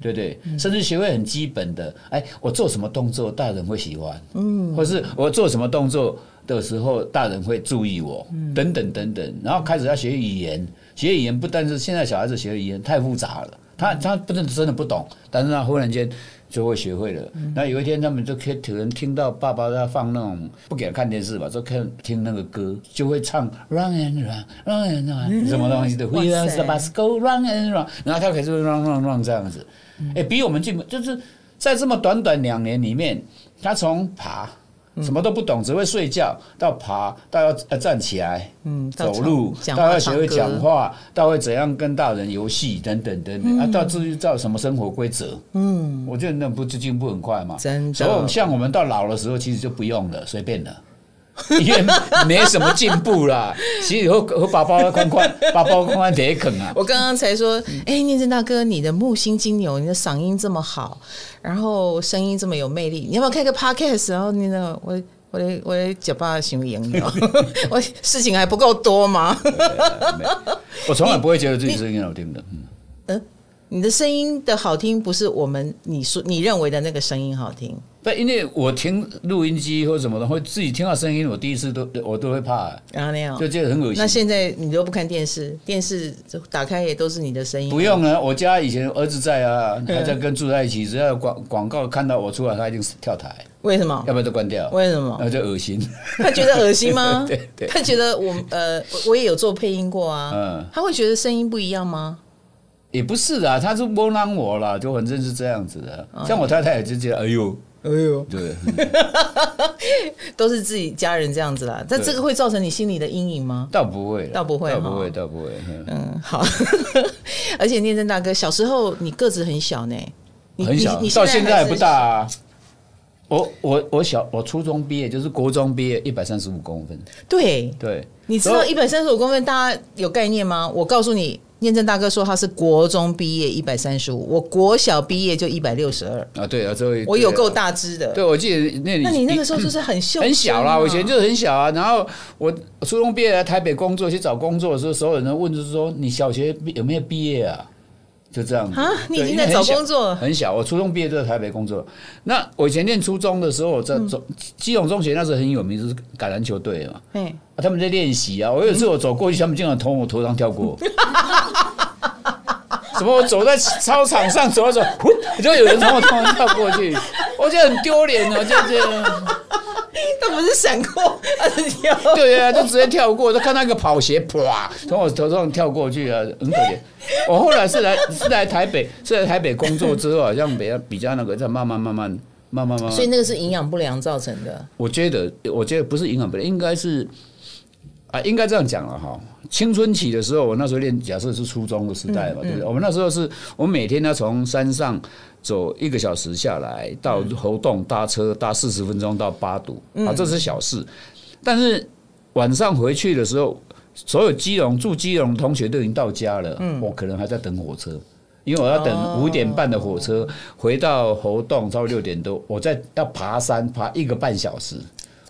S2: 对对，甚至学会很基本的，哎，我做什么动作大人会喜欢，嗯，或是我做什么动作的时候大人会注意我，
S1: 嗯
S2: 等等等等，然后开始要学语言，学语言不但是现在小孩子学语言太复杂了，
S1: 嗯
S2: 他他不是真的不懂，但是他忽然间。就会学会了。
S1: 嗯
S2: 那有一天，他们就可以可能听到爸爸在放那种不给他看电视吧，就看听那个歌，就会唱 Run and Run Run and Run 什么东西的
S1: 嗯哇
S2: We
S1: 塞
S2: are supposed to go run and run，然后他开始 run run run 这样子，哎、比我们进步就是在这么短短两年里面，他从爬
S1: 嗯
S2: 什么都不懂，只会睡觉，到爬，到要呃站起来，
S1: 嗯到
S2: 走路，
S1: 讲
S2: 到
S1: 话
S2: 要学会
S1: 唱歌
S2: 讲话，到会怎样跟大人游戏等等等等，啊，
S1: 嗯
S2: 到至于到什么生活规则，嗯，我觉得那不就进步很快嘛。
S1: 真的
S2: 所以我们像我们到老的时候，其实就不用了，随便了。 [LAUGHS] 因为没什么进步啦，其实和和宝宝宽宽，宝宝宽宽得啃啊，
S1: [LAUGHS] 我刚刚才说，哎、念真大哥，你的木星金牛，你的嗓音这么好，然后声音这么有魅力，你要不要开个 podcast？然后你呢，我我的我的嘴巴行赢了， [LAUGHS] 我事情还不够多吗？
S2: 我从来不会觉得自己声音好听的。嗯
S1: 你的声音的好听，不是我们你说你认为的那个声音好听，
S2: 但因为我听录音机或什么的，会自己听到声音，我第一次都我都会怕，
S1: 然后那样
S2: 就。觉得很恶
S1: 哦那现
S2: 心。
S1: 在你都不看电视，电视打开也都是你的声音。
S2: 不用了，我家以前儿子在
S1: 嗯
S2: 啊，还在跟住在一起，只要有广广告看到我出来，他一定是跳台，
S1: 为什么
S2: 要？不然就关掉，
S1: 哦为什么？
S2: 那就恶心。？
S1: 他觉得恶心吗
S2: 呃 [LAUGHS] 对对
S1: 他觉得我呃，我我也有做配音过啊。
S2: 嗯
S1: 他会觉得声音不一样吗？
S2: 也不是啊，他是窝囊我啦，就反正是这样子的。
S1: 哦
S2: 像我太太也就觉得，哎呦，
S1: 哎呦，
S2: 对， [LAUGHS]
S1: 都是自己家人这样子啦。但
S2: 对
S1: 这个会造成你心里的阴影吗？
S2: 倒不会啦，
S1: [LAUGHS] 倒不会哦
S2: 倒不
S1: 哈
S2: 会，倒不会。嗯
S1: 嗯，好。 [LAUGHS] 而且念真大哥，小时候你个子很小呢，你
S2: 很小
S1: 你你，
S2: 到现在
S1: 还
S2: 还
S1: 是
S2: 不大啊。我我我小我初中毕业就是国中毕业，一百三十五公分。
S1: 对，
S2: 对，
S1: 你知
S2: 然
S1: 道
S2: 后
S1: 一百三十五公分大家有概念吗？我告诉你，念真大哥说他是国中毕业一百三十五，我国小毕业就一百六十二，
S2: 啊，对啊，这位
S1: 我有够。大只的。
S2: 对，我记得那里
S1: 那你那个时候就是很秀、啊
S2: 很小啦，我以前就是很小啊。然后我初中毕业来台北工作去找工作的时候，所有人都问就是说你小学毕有没有毕业啊？就这样子
S1: 啊你已
S2: 对
S1: 经
S2: 因
S1: 在
S2: 为很
S1: 找
S2: 小
S1: 工作了
S2: 很小。我初中毕业就在台北工作。那我以前念初中的时候，我
S1: 嗯
S2: 在中基隆中学那时候很有名，就是橄榄球队嘛。
S1: 哎，
S2: 啊他们在练习啊。我有一次我走过去，他们竟然从我头上跳过。 [LAUGHS] 什么？我走在操场上走着走，呼就有人从我头上跳过去，我觉得很丢脸啊！就这样，
S1: 他不是闪过二十条，
S2: 对啊，就直接跳过，就看到一个跑鞋，啪，从我头上跳过去啊，很可怜。我后来是来是来台北，是来台北工作之后，好像比较比较那个，再慢慢慢慢慢慢慢
S1: [LAUGHS]
S2: 慢
S1: 所以，那个是营养不良造成的。
S2: 我觉得，我觉得不是影响不良，应该是啊，应该这样讲了哈。青春期的时候，我那时候练，假设是初中的时代嘛，对不对？我们那时候是，我每天要从山上走一个小时下来，到猴洞搭车搭四十分钟到八堵，啊，这是小事。但是晚上回去的时候，所有基隆住基隆的同学都已经到家了，我可能还在等火车。因为我要等五点半的火车回到猴洞，差不多六点多，我再要爬山爬一个半小时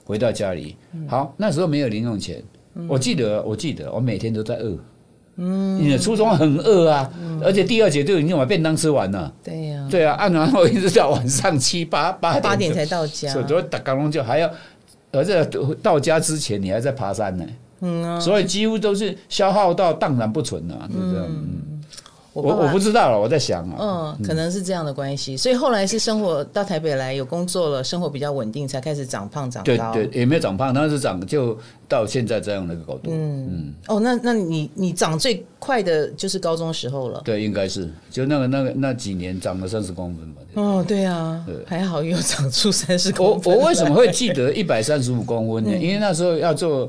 S2: 回到家里。
S1: 嗯
S2: 好，那时候没有零用钱，我记得我记得我每天都在饿。嗯，你的初中很饿啊，
S1: 嗯
S2: 而且第二节就已经把便当吃完了。
S1: 对呀、
S2: 对啊，啊，然后一直到晚上七八八点
S1: 八点才啊到家
S2: 所。以打港龙就还要，而且到家之前你还在爬山呢。嗯、
S1: 啊
S2: 所以几乎都是消耗到荡然不存了、啊，就这样。嗯
S1: 我
S2: 我
S1: 爸
S2: 我
S1: 爸
S2: 不知道了，我在想啊。
S1: 嗯，可能是这样的关系。所以后来是生活到台北来，有工作了，生活比较稳定，才开始长胖长
S2: 对
S1: 高。
S2: 对，也没有长胖，当时长就到现在这样的一个高度。
S1: 哦，那那你你长最快的就是高中时候了。
S2: 对，应该是就那个那个那几年长了三十公分吧。
S1: 哦，对啊，还好又长出三十
S2: 我
S1: 公分。
S2: 我为什么会记得一百三十五公分呢？
S1: 嗯
S2: 因为那时候要做，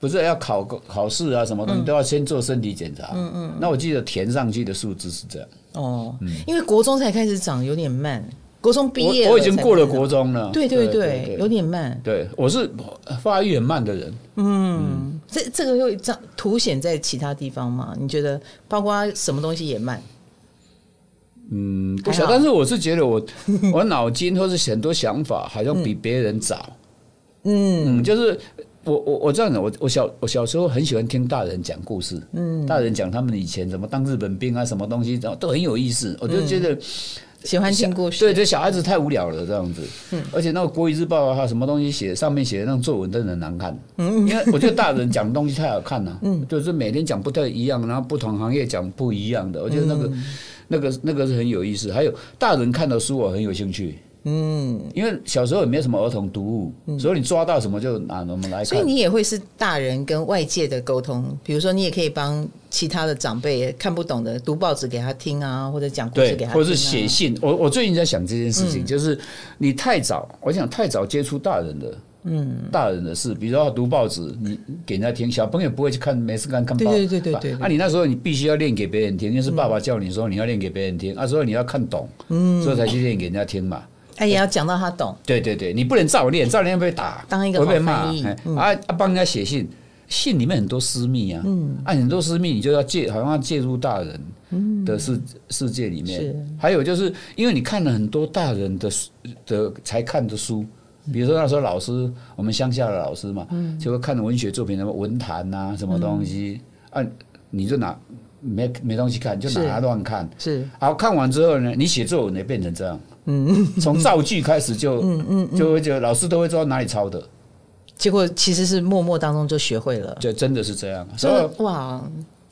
S2: 不是要考考试啊，什么东
S1: 嗯
S2: 西都要先做身体检查。嗯嗯。那我记得填上去的数字是这样。
S1: [LAUGHS] 哦，
S2: 嗯
S1: 因为国中才开始长，有点慢。国中毕业
S2: 我我已经过了
S1: 才开始
S2: 国中了。
S1: 长。对对
S2: 对
S1: 对，有。点慢。
S2: 对，我是发育很慢的人。
S1: 这这个会彰凸显在其他地方吗？你觉得，包括什么东西也慢？
S2: 嗯，不
S1: 还
S2: 晓
S1: 好
S2: 得，但是我是觉得 [LAUGHS] 我我脑筋或是很多想法好像比别人早。嗯就是我我我这样讲，我我小我小时候很喜欢听大人讲故事，嗯，大人讲他们以前怎么当日本兵啊，什么东西，然后都很有意思。我就觉得
S1: 喜欢听故
S2: 对，
S1: 事，
S2: 这小孩子太无聊了，这样子。
S1: 嗯
S2: 而且那个《国语日报》啊，还有什么东西写上面写的那种作文真的很难看。
S1: 嗯
S2: 因为我觉得大人讲的东西太好看
S1: [LAUGHS]
S2: 了、就是每天讲不太一样，然后不同行业讲不一样的，我觉得那个、
S1: 嗯
S2: 那个那个是很有意思。还有大人看的书我很有兴趣。嗯，因为小时候也没有什么儿童读物，所以你抓到什么就拿我们来
S1: 嗯所以
S2: 看。
S1: 你也会是大人跟外界的沟通。比如说，你也可以帮其他的长辈看不懂的读报纸给他听啊，或者讲故事给
S2: 对，
S1: 他听、啊，嗯
S2: 或者是写信。我我最近在想这件事情，就是你太早，我想太早接触大人的，嗯，大人的事，比如说读报纸，你给人家听，小朋友不会去看，没事干看报。
S1: 对对对对对
S2: 啊，你那时候你必须要练给别人听，因为是爸爸叫你说你要练给别人听，啊，所以你要看懂，嗯，所以才去练给人家听嘛。
S1: 哎，也要讲到他懂，
S2: 对对对，你不能照练，照练会被打，
S1: 当一个
S2: 会被
S1: 好
S2: 骂，
S1: 翻译嗯
S2: 哎啊啊，帮人家写信，信里面很多私密啊，嗯，啊，很多私密，你就要介，好像要介入大人的世世界里面
S1: 嗯是。
S2: 还有就是因为你看了很多大人的书的才看的书。比如说那时候老师，我们乡下的老师嘛，
S1: 嗯
S2: 就会看文学作品，什么文坛啊，什么东西、啊，你就拿没没东西看，就拿
S1: 嗯是
S2: 它乱看。
S1: 是
S2: 好啊看完之后呢，你写作文也变成这样，嗯，从造句开始就，嗯嗯，就会觉得老师都会知道哪里抄的，
S1: 结果其实是默默当中就学会了，
S2: 就真的是这样。所
S1: 真的
S2: 以，
S1: 哇，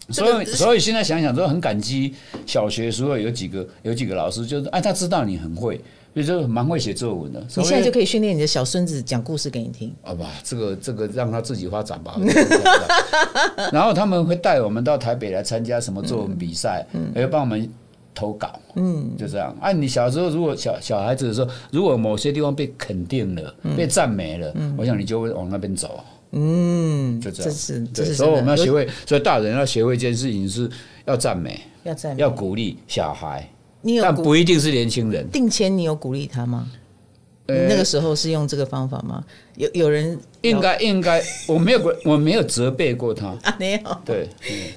S2: 所以，所以现在想想都很感激小学时候有几个有几个老师，就是哎，他知道你很会，比如说蛮会写作文的，
S1: 你现在就可
S2: 以。
S1: 以训练你的小孙子讲故事给你听，
S2: 好吧，啊这个这个让他自己发展吧。 [LAUGHS] 啊然后他们会带我们到台北来参加什么作文比赛，
S1: 嗯
S2: 也会帮我们投稿，嗯，就这样。啊，你小时候如果小小孩子的时候，如果某些地方被肯定了、被赞美了，我想你就会往那边走，
S1: 嗯，
S2: 就
S1: 这
S2: 这样。
S1: 是这
S2: 对，
S1: 是
S2: 所以我们要学
S1: 会
S2: 会，所以大人要学会一件事情是要赞美，
S1: 要赞美
S2: 要，鼓励小孩，
S1: 你嗯有
S2: 但
S1: 鼓
S2: 不一定是年轻人。
S1: 定前你有鼓励他吗？
S2: 呃
S1: 你那个时候是用这个方法吗？有有人 [LAUGHS]
S2: 应该应该，我没有过我没有责备过他，
S1: 啊没有，
S2: 对。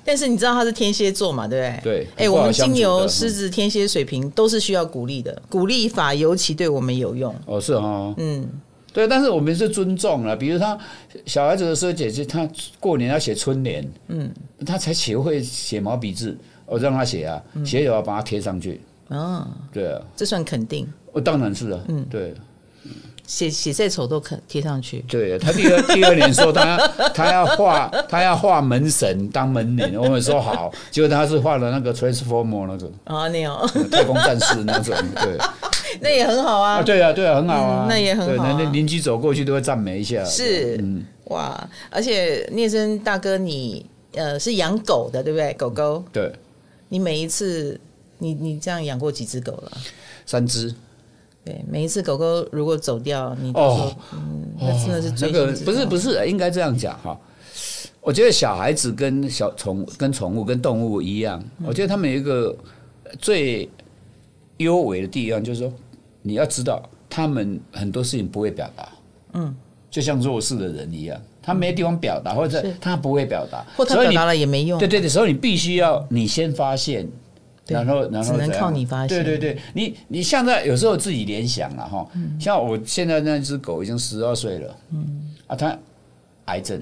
S1: 但是你知道他是天蝎座嘛，对不对？
S2: 对
S1: 哎，
S2: 很不
S1: 我
S2: 好
S1: 们
S2: 相
S1: 金
S2: 处
S1: 牛、
S2: 的嗯
S1: 狮子、天蝎、水瓶都是需要鼓励的，鼓励法尤其对我们有用。
S2: 哦，是哈，嗯，对，但是我们是尊重啊了。比如他小孩子的时候，姐姐她过年要写春联，嗯，她才学会写毛笔字，我让她写啊，
S1: 嗯
S2: 写好把它贴上去，
S1: 啊，
S2: 对啊，
S1: 这算肯定，
S2: 我当然是啊，嗯，对
S1: 写写再丑都肯贴上去。
S2: 对，啊他第二 [LAUGHS] 第二年说他他要画他要画门神当门铃，我们说好，结果他是画了那个 Transformer 那个
S1: 啊，那样，
S2: 太空战士那种，对
S1: [LAUGHS] 那也很好啊
S2: 啊，。对啊，对啊，很好啊
S1: 嗯，那也很
S2: 对
S1: 好啊
S2: 那那邻居走过去都会赞美一下，嗯
S1: 是，哇，而且聂生大哥你，呃是养狗的，对不对？狗狗，
S2: 对，
S1: 你每一次，你你这样养过几只狗了？
S2: 三只。
S1: 对，每一次狗狗如果走掉，你都说，
S2: 哦
S1: 嗯，那真的是
S2: 那
S1: 追
S2: 个
S1: 心之
S2: 不是
S1: 痛
S2: 不是，应该这样讲哈。我觉得小孩子跟小宠跟宠物跟动物一样，我觉得他们有一个最优美的地方，就是说你要知道他们很多事情不会表达，嗯，就像弱势的人一样，他没地方表达，或者他不会表达，
S1: 嗯或他
S2: 所以
S1: 表
S2: 你
S1: 达了也没用，
S2: 对对对，所以你必须要你先发现，
S1: 对
S2: 然后然后
S1: 只能
S2: 怎样
S1: 靠你发现
S2: 对对对，你你像在有时候自己联想了哈，
S1: 嗯
S2: 像我现在那只狗已经十二岁了，嗯，啊，它癌症，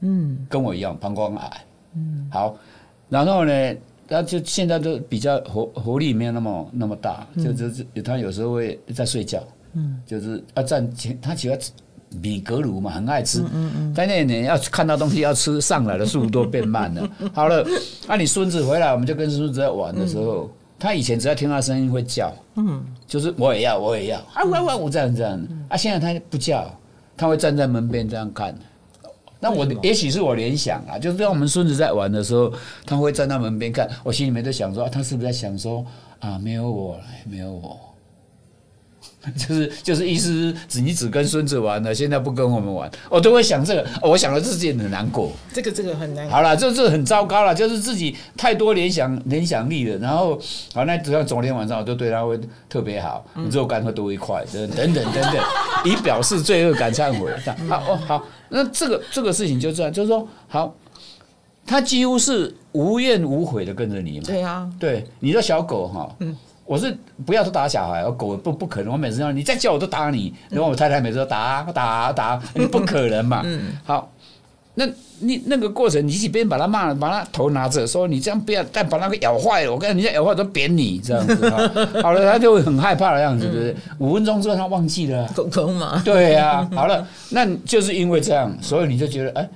S2: 嗯，跟我一样膀胱癌，嗯，好，然后呢，它就现在都比较活活力没有那么那么大，
S1: 嗯
S2: 就就是它有时候会在睡觉，嗯，就是啊站起，它喜欢吃米格鲁嘛，很爱吃。嗯嗯但那年要看到东西要吃上来的速度都变慢 [LAUGHS] 了。好了，那、你孙子回来，我们就跟孙子在玩的时候，他以前只要听到声音会叫，嗯，就是我也要，我也要，啊哇哇，我这样这样。啊，现在他不叫，他会站在门边这样看。那我也许是我联想啊，就是让我们孙子在玩的时候，他会站在门边看，我心里面在想说，啊他是不是在想说啊，没有我，没有我， [LAUGHS] 就是就是意思是只你只跟孙子玩了，现在不跟我们玩，我都会想这个，哦我想了自己也很难过。
S1: 这个这个很难。
S2: 好了，这这很糟糕了，就是自己太多联想联想力了。然后，好，那只要昨天晚上我就对他会特别好，肉干会多一块，等等等等等，以表示罪恶感忏悔。这样好哦，好，那这个这个事情就这样，就是说，好，他几乎是无怨无悔的跟着你嘛。
S1: 对啊，
S2: 对，你的小狗哈，我是不要说打小孩，我哦狗不不可能，我每次让你再叫我都打你，然后我太太每次都打打打，你不可能嘛，好。那你那个过程，你一边把它骂，把它头拿着，说你这样不要，但把那个咬坏了，我跟人家咬坏都扁你这样子哈。好了，他就会很害怕的样子，对不对？五分钟之后他忘记了，
S1: 狗狗
S2: [LAUGHS]
S1: 嘛，
S2: 对呀、好了，那你就是因为这样，所以你就觉得哎、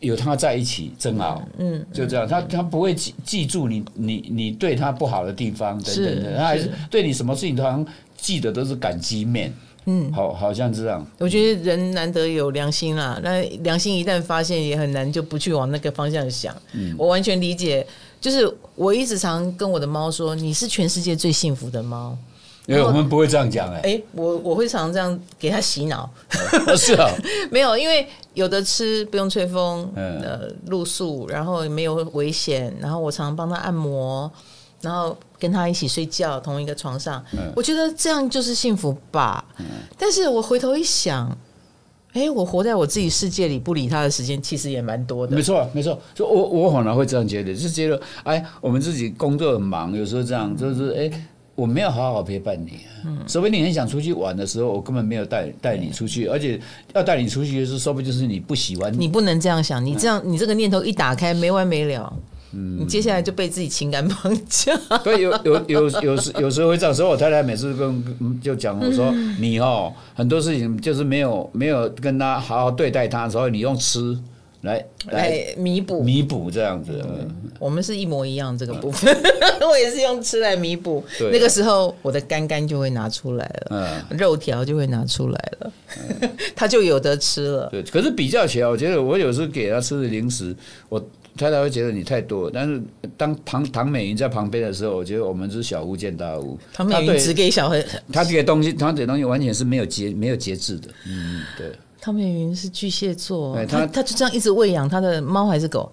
S2: 有他在一起真好，嗯，就这样，他他不会记记住你你你对他不好的地方等
S1: 是
S2: 等的，他还是
S1: 是
S2: 对你什么事情都好像记得都是感激面，嗯，好好像这样，
S1: 我觉得人难得有良心啦，那良心一旦发现，也很难就不去往那个方向想。我完全理解，就是我一直常跟我的猫说，你是全世界最幸福的猫。
S2: 因为我们不会这样 [LAUGHS] 讲哎、
S1: 哎、我我会常常这样给他洗脑，
S2: 是啊，
S1: [LAUGHS] 没有，因为有的吃不用吹风，
S2: 嗯
S1: 呃，露宿，然后也没有危险，然后我常常帮他按摩，然后跟他一起睡觉，同一个床上，
S2: 嗯
S1: 我觉得这样就是幸福吧。但是我回头一想，哎、我活在我自己世界里，不理他的时间其实也蛮多的
S2: 没。错，没错。所以我我反而会这样觉得，就是觉得哎，我们自己工作很忙，有时候这样就是哎。我没有好好陪伴你、啊，除非你很想出去玩的时候，我根本没有带带你出去，而且要带你出去的时候，说不定就是你不喜欢
S1: 你不能这样想，你这
S2: 嗯
S1: 样你这个念头一打开，没完没了。你接下来就被自己情感绑架。
S2: 对，有有有有时有时候会这样。所以我太太每次跟嗯就讲我说，你哦，很多事情就是没有没有跟他好好对待他，所以你用吃来来
S1: 来哎弥补，
S2: 弥补这样子。嗯
S1: 我们是一模一样这个部分， [LAUGHS] 我也是用吃来弥补
S2: 对。
S1: 那个时候我的肝肝就会拿出来了，
S2: 嗯，
S1: 肉条就会拿出来了， [LAUGHS] 他就有得吃了。
S2: 对。可是比较起来，我觉得我有时候给他吃的零食，我太太会觉得你太多。但是当唐唐美云在旁边的时候，我觉得我们是小巫见大巫。
S1: 他们
S2: 她
S1: 也
S2: 对
S1: 只给小孩，
S2: 她这个东西，她这个东西完全是没有节没有节制的。嗯，对。
S1: 汤美云是巨蟹座啊
S2: 对，
S1: 他
S2: 她
S1: 他就这样一直喂养他的猫还是狗？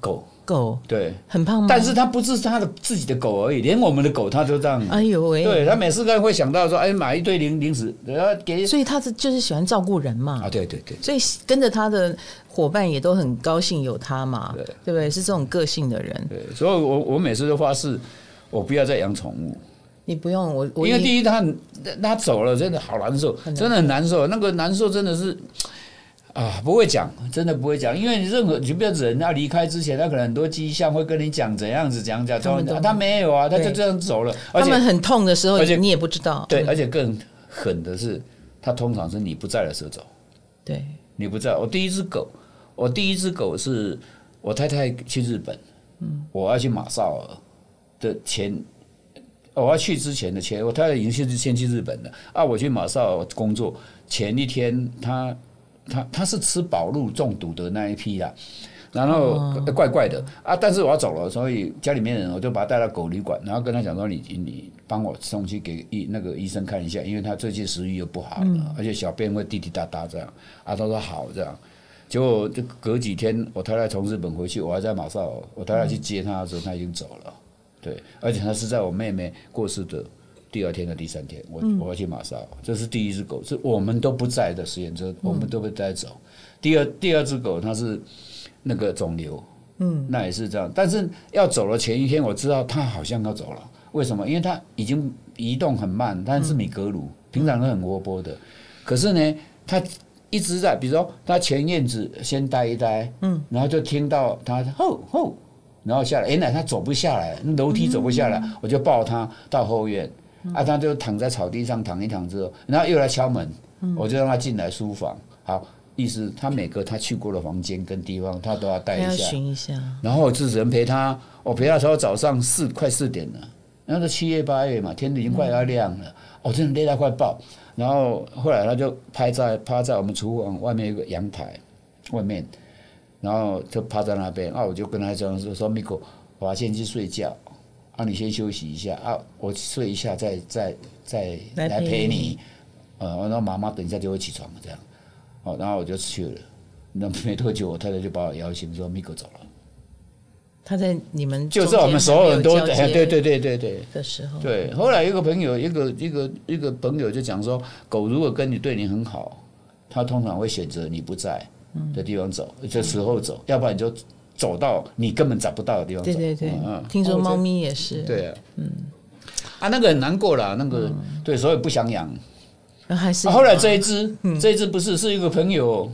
S2: 狗
S1: 狗
S2: 对。
S1: 很胖吗？
S2: 但是它不是它的自己的狗而已，连我们的狗它都这样。啊
S1: 哎呦喂，
S2: 对，他每次都会想到说，哎，买一堆零零食，然后给
S1: 所以他是就是喜欢照顾人嘛
S2: 啊，，对对对，
S1: 所以跟着他的伙伴也都很高兴有他嘛，
S2: 对
S1: 对不对？是这种个性的人，
S2: 对，所以我我每次都发誓，我不要再养宠物，
S1: 你不用我我
S2: 因为
S1: 一
S2: 第一他很他走了，真的好难受，真的很难受，那个难受真的是。啊，不会讲，真的不会讲，因为你任何，你不要人要离开之前，他可能很多迹象会跟你讲怎样子，怎样讲，
S1: 他们都
S2: 啊他没有啊，他就
S1: 对
S2: 这样走了，而
S1: 他们嗯
S2: 且
S1: 很痛的时候
S2: 而且，
S1: 你也不知道，
S2: 对，而且更狠的是，他通常是你不在的时候走。
S1: 对，
S2: 你不知道，我第一只狗，我第一只狗是我太太去日本，我要去马绍尔的前，我要去之前的前，我太太已经去先去日本了啊，我去马绍尔工作前一天，她她她是吃饱路中毒的那一批啦。然后呃怪怪的啊，但是我要走了，所以家里面人我就把他带到狗旅馆，然后跟他讲说你你你帮我送去给医那个医生看一下，因为他最近食欲又不好了，而且小便会滴滴答答这样啊，他说好这样，结果就隔几天我太太从日本回去，我还在马绍尔，我太太去接她的时候，她已经走了，对，而且她是在我妹妹过世的。第二天的第三天，我我要去马绍尔，这是第一只狗，是我们都不在的实验车，我们都不带走。第二第二只狗它是那个肿瘤，嗯，那也是这样。但是要走了前一天，我知道他好像要走了，为什么？因为他已经移动很慢，但是米格鲁、平常都很活泼的，可是呢，他一直在，比如说他前院子先待一待，嗯，然后就听到他吼吼，然后下来，哎、那他走不下来，那楼梯走不下来，我就抱他到后院，啊，他就躺在草地上躺一躺之后，然后又来敲门，我就让他进来书房，好。意思，他每个他去过的房间跟地方，他都要带
S1: 他
S2: 一
S1: 要
S2: 下。
S1: 寻一下，
S2: 然后我就只能陪他，我陪他到早上四快四点了，那个七月八月嘛，天已经快要亮了，我、真的累到快爆。然后后来他就趴在趴在我们厨房外面有个阳台外面，然后就趴在那边啊，我就跟他讲说说 Miko，我先去睡觉，啊你先休息一下啊，我睡一下再再再
S1: 来
S2: 来
S1: 陪
S2: 陪
S1: 你
S2: 你，呃，然后妈妈等一下就会起床这样，哦，然后我就去了。那没多久，我太太就把我摇醒，说 Miko 走了。
S1: 他在你们
S2: 就是我们所有人都哎，对
S1: 对
S2: 对对对对
S1: 的时候，
S2: 对。后来一个朋友，一个一个一个朋友就讲说，狗如果跟你对你很好，它通常会选择你不在的地方走，这时候走，要不然你就走到你根本找不到的地方走。
S1: 对对对
S2: 嗯嗯，
S1: 听说
S2: 哦
S1: 猫咪也是，
S2: 这对啊，嗯啊，那个很难过啦，那个对，所以不想养。
S1: 然后还是
S2: 啊后来这一只，这一只不是是一个朋友，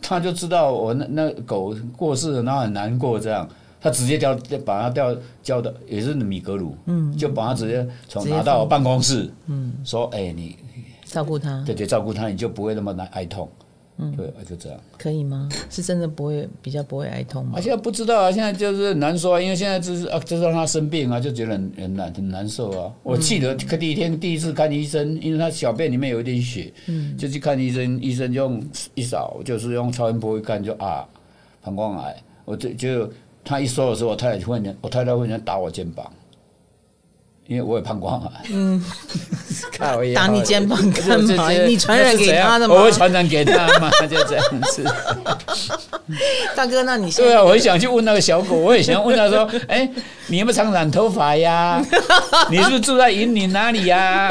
S2: 他就知道我那那狗过世了，然后很难过这样。他直接掉，把它掉交的也是米格鲁，就把它直接从
S1: 直接
S2: 拿
S1: 放
S2: 到我办公室，说：“哎、你
S1: 照顾他
S2: 对对照顾它，你就不会那么难哀痛。”对，就这样。
S1: 可以吗？是真的不会比较不会哀痛吗
S2: 啊，？现在不知道啊，现在就是很难说、啊，因为现在就是啊，就让他生病啊，就觉得很很难很难受啊。我记得第一天第一次看医生，因为他小便里面有一点血，
S1: 嗯
S2: 就去看医生，医生就用一扫，就是用超音波一看就啊，膀胱癌。我就就他一说的时候，我太太忽然间，我太太忽然间打我肩膀，因为我也胖过嘛，嗯， [LAUGHS] 靠腰
S1: 打你肩膀干
S2: 就
S1: 嘛
S2: 就就？
S1: 你传染给他的
S2: 那是怎样我
S1: 吗
S2: 会？传染给他吗？ [LAUGHS] 就这样子。
S1: 大哥，那你现
S2: 对
S1: 在
S2: 啊，我很想去问那个小狗，我也想问
S1: [LAUGHS]
S2: 他说：“哎、你有没有常染头发呀？你是不是住在云林哪
S1: [LAUGHS]
S2: 里呀？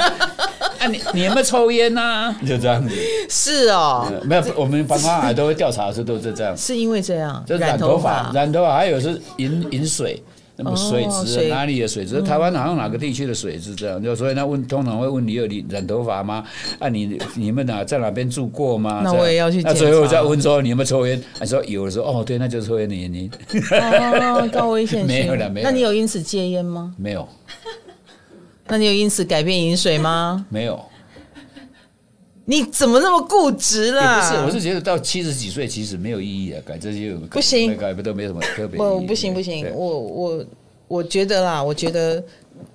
S2: 啊，你你有没有抽烟啊呐、就这样子，
S1: 是哦，
S2: 没有，我们防患癌都会调查的时候都是这样，
S1: 是因为这样
S2: 就染头
S1: 头
S2: 发，染头发，还有是饮饮水。那么水
S1: 哦
S2: 质、啊
S1: 水
S2: 哪里的水质？台湾好像哪个地区的水质这样？就所哎以那问通常会问你有染染头发吗？啊，你你们哪在哪边住过吗？
S1: 那
S2: 这样
S1: 我也要去
S2: 那
S1: 检
S2: 最后
S1: 查
S2: 再问说你有没有抽烟？他说有的时候哦，对，那就是抽烟的原因。
S1: 哦，高危
S2: [LAUGHS]
S1: 险性。
S2: 没有了没有
S1: 那你有因此戒烟吗？
S2: 没有，
S1: 那你有因此改变饮水吗？
S2: 没有，
S1: 你怎么那么固执
S2: 也
S1: 啦？
S2: 不是，我是觉得到七十几岁其实没有意义啊，改这些
S1: 不行
S2: 改不都没什么特别意义。
S1: 我不行不行
S2: 对，
S1: 我我我觉得啦，我觉得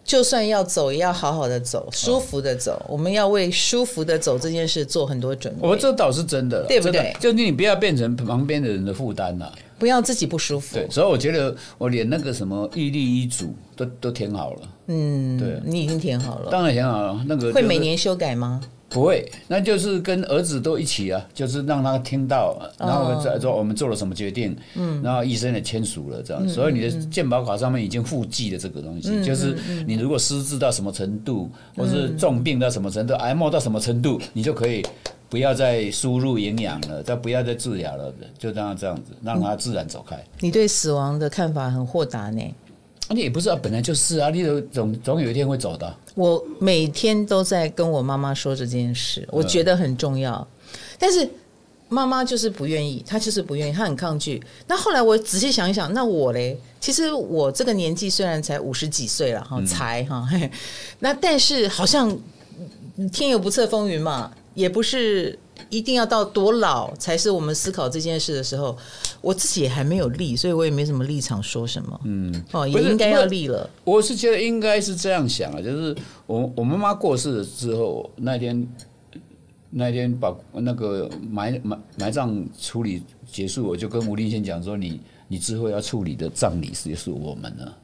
S1: 就算要走，也要好好的
S2: 嗯
S1: 走，舒服的走。我们要为舒服的走这件事做很多准备，
S2: 我这倒是真的啦，
S1: 对不对
S2: 真的就你不要变成旁边的人的负担呐。
S1: 不要自己不舒服
S2: 对，。所以我觉得我连那个什么一粒一组都都填好了，
S1: 嗯，
S2: 对
S1: 你已经填好了，
S2: 当然填好了。那个
S1: 哦会
S2: 就是
S1: 每年修改吗？
S2: 不会，那就是跟儿子都一起啊，就是让他听到，然后我们再说我们做了什么决定，嗯，然后医生也签署了这样，所以你的健保卡上面已经附记了这个东西，就是你如果失智到什么程度，或是重病到什么程度，癌末到什么程度，你就可以。不要再输入营养了，再不要再治疗了，就让他这样子，让他自然走开。
S1: 你对死亡的看法很豁达呢。
S2: 那、你也不是啊，本来就是啊，你有总总有一天会走的啊。
S1: 我每天都在跟我妈妈说这件
S2: 嗯
S1: 事，我觉得很重要，但是妈妈就是不愿意，她就是不愿意，她很抗拒。那后来我仔细想一想，那我嘞，其实我这个年纪虽然才五十几岁了哈，
S2: 嗯
S1: 才哈， [LAUGHS] 嘿那但是好像天有不测风云嘛，也不是一定要到多老才是我们思考这件事的时候。我自己也还没有立，所以我也没什么立场说什么。嗯，哦，也
S2: 不是
S1: 应该
S2: 不
S1: 要
S2: 是
S1: 立了。
S2: 我是觉得应该是这样想啊，就是我我妈妈过世了之后，那天那天把那个埋埋埋葬处理结束，我就跟吴立先讲说你，你之后要处理的葬礼是是我们了。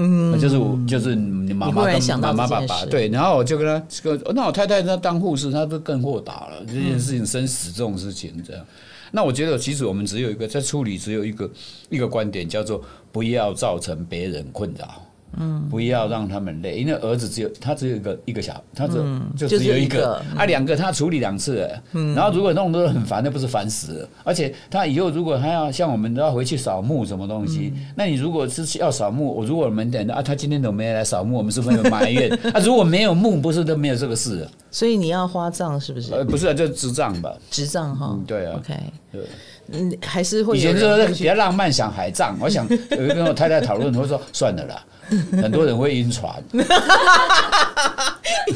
S2: 嗯，就是我，就是你妈
S1: 你忽
S2: 妈
S1: 然
S2: 跟
S1: 想到
S2: 妈
S1: 这
S2: 妈爸
S1: 件
S2: 爸
S1: 事
S2: 对，然后我就跟他跟那我太太她当护士，她就更豁达了，这件事情生死这种事情这样。那我觉得，其实我们只有一个在处理，只有一个一个观点，叫做不要造成别人困扰，嗯，不要让他们累，因为儿子只有他只有一个一个小，他只有、就
S1: 嗯就
S2: 只有
S1: 是一
S2: 一
S1: 个嗯
S2: 个，啊，两个他处理两次了，然后如果弄得很烦，那不是烦死了？而且他以后如果还要像我们都要回去扫墓什么东西，
S1: 嗯
S2: 那你如果是要扫墓，我如果我们等啊，他今天怎么没来扫墓，我们是不是有埋怨？ [LAUGHS] 啊，如果没有墓，不是都没有这个
S1: [LAUGHS]
S2: 事了？
S1: 所以你要花葬是不是？
S2: 呃，不是、啊，就智障吧？
S1: 执仗哈、
S2: 嗯对啊
S1: OK，
S2: 对
S1: 嗯，还是会
S2: 以
S1: 有
S2: 前
S1: 人
S2: 就是
S1: 会
S2: 比
S1: 去
S2: 较浪漫，想海葬。我想有一个跟我太太讨论，我说算了
S1: [LAUGHS]
S2: 啦，很多人会晕船。
S1: 你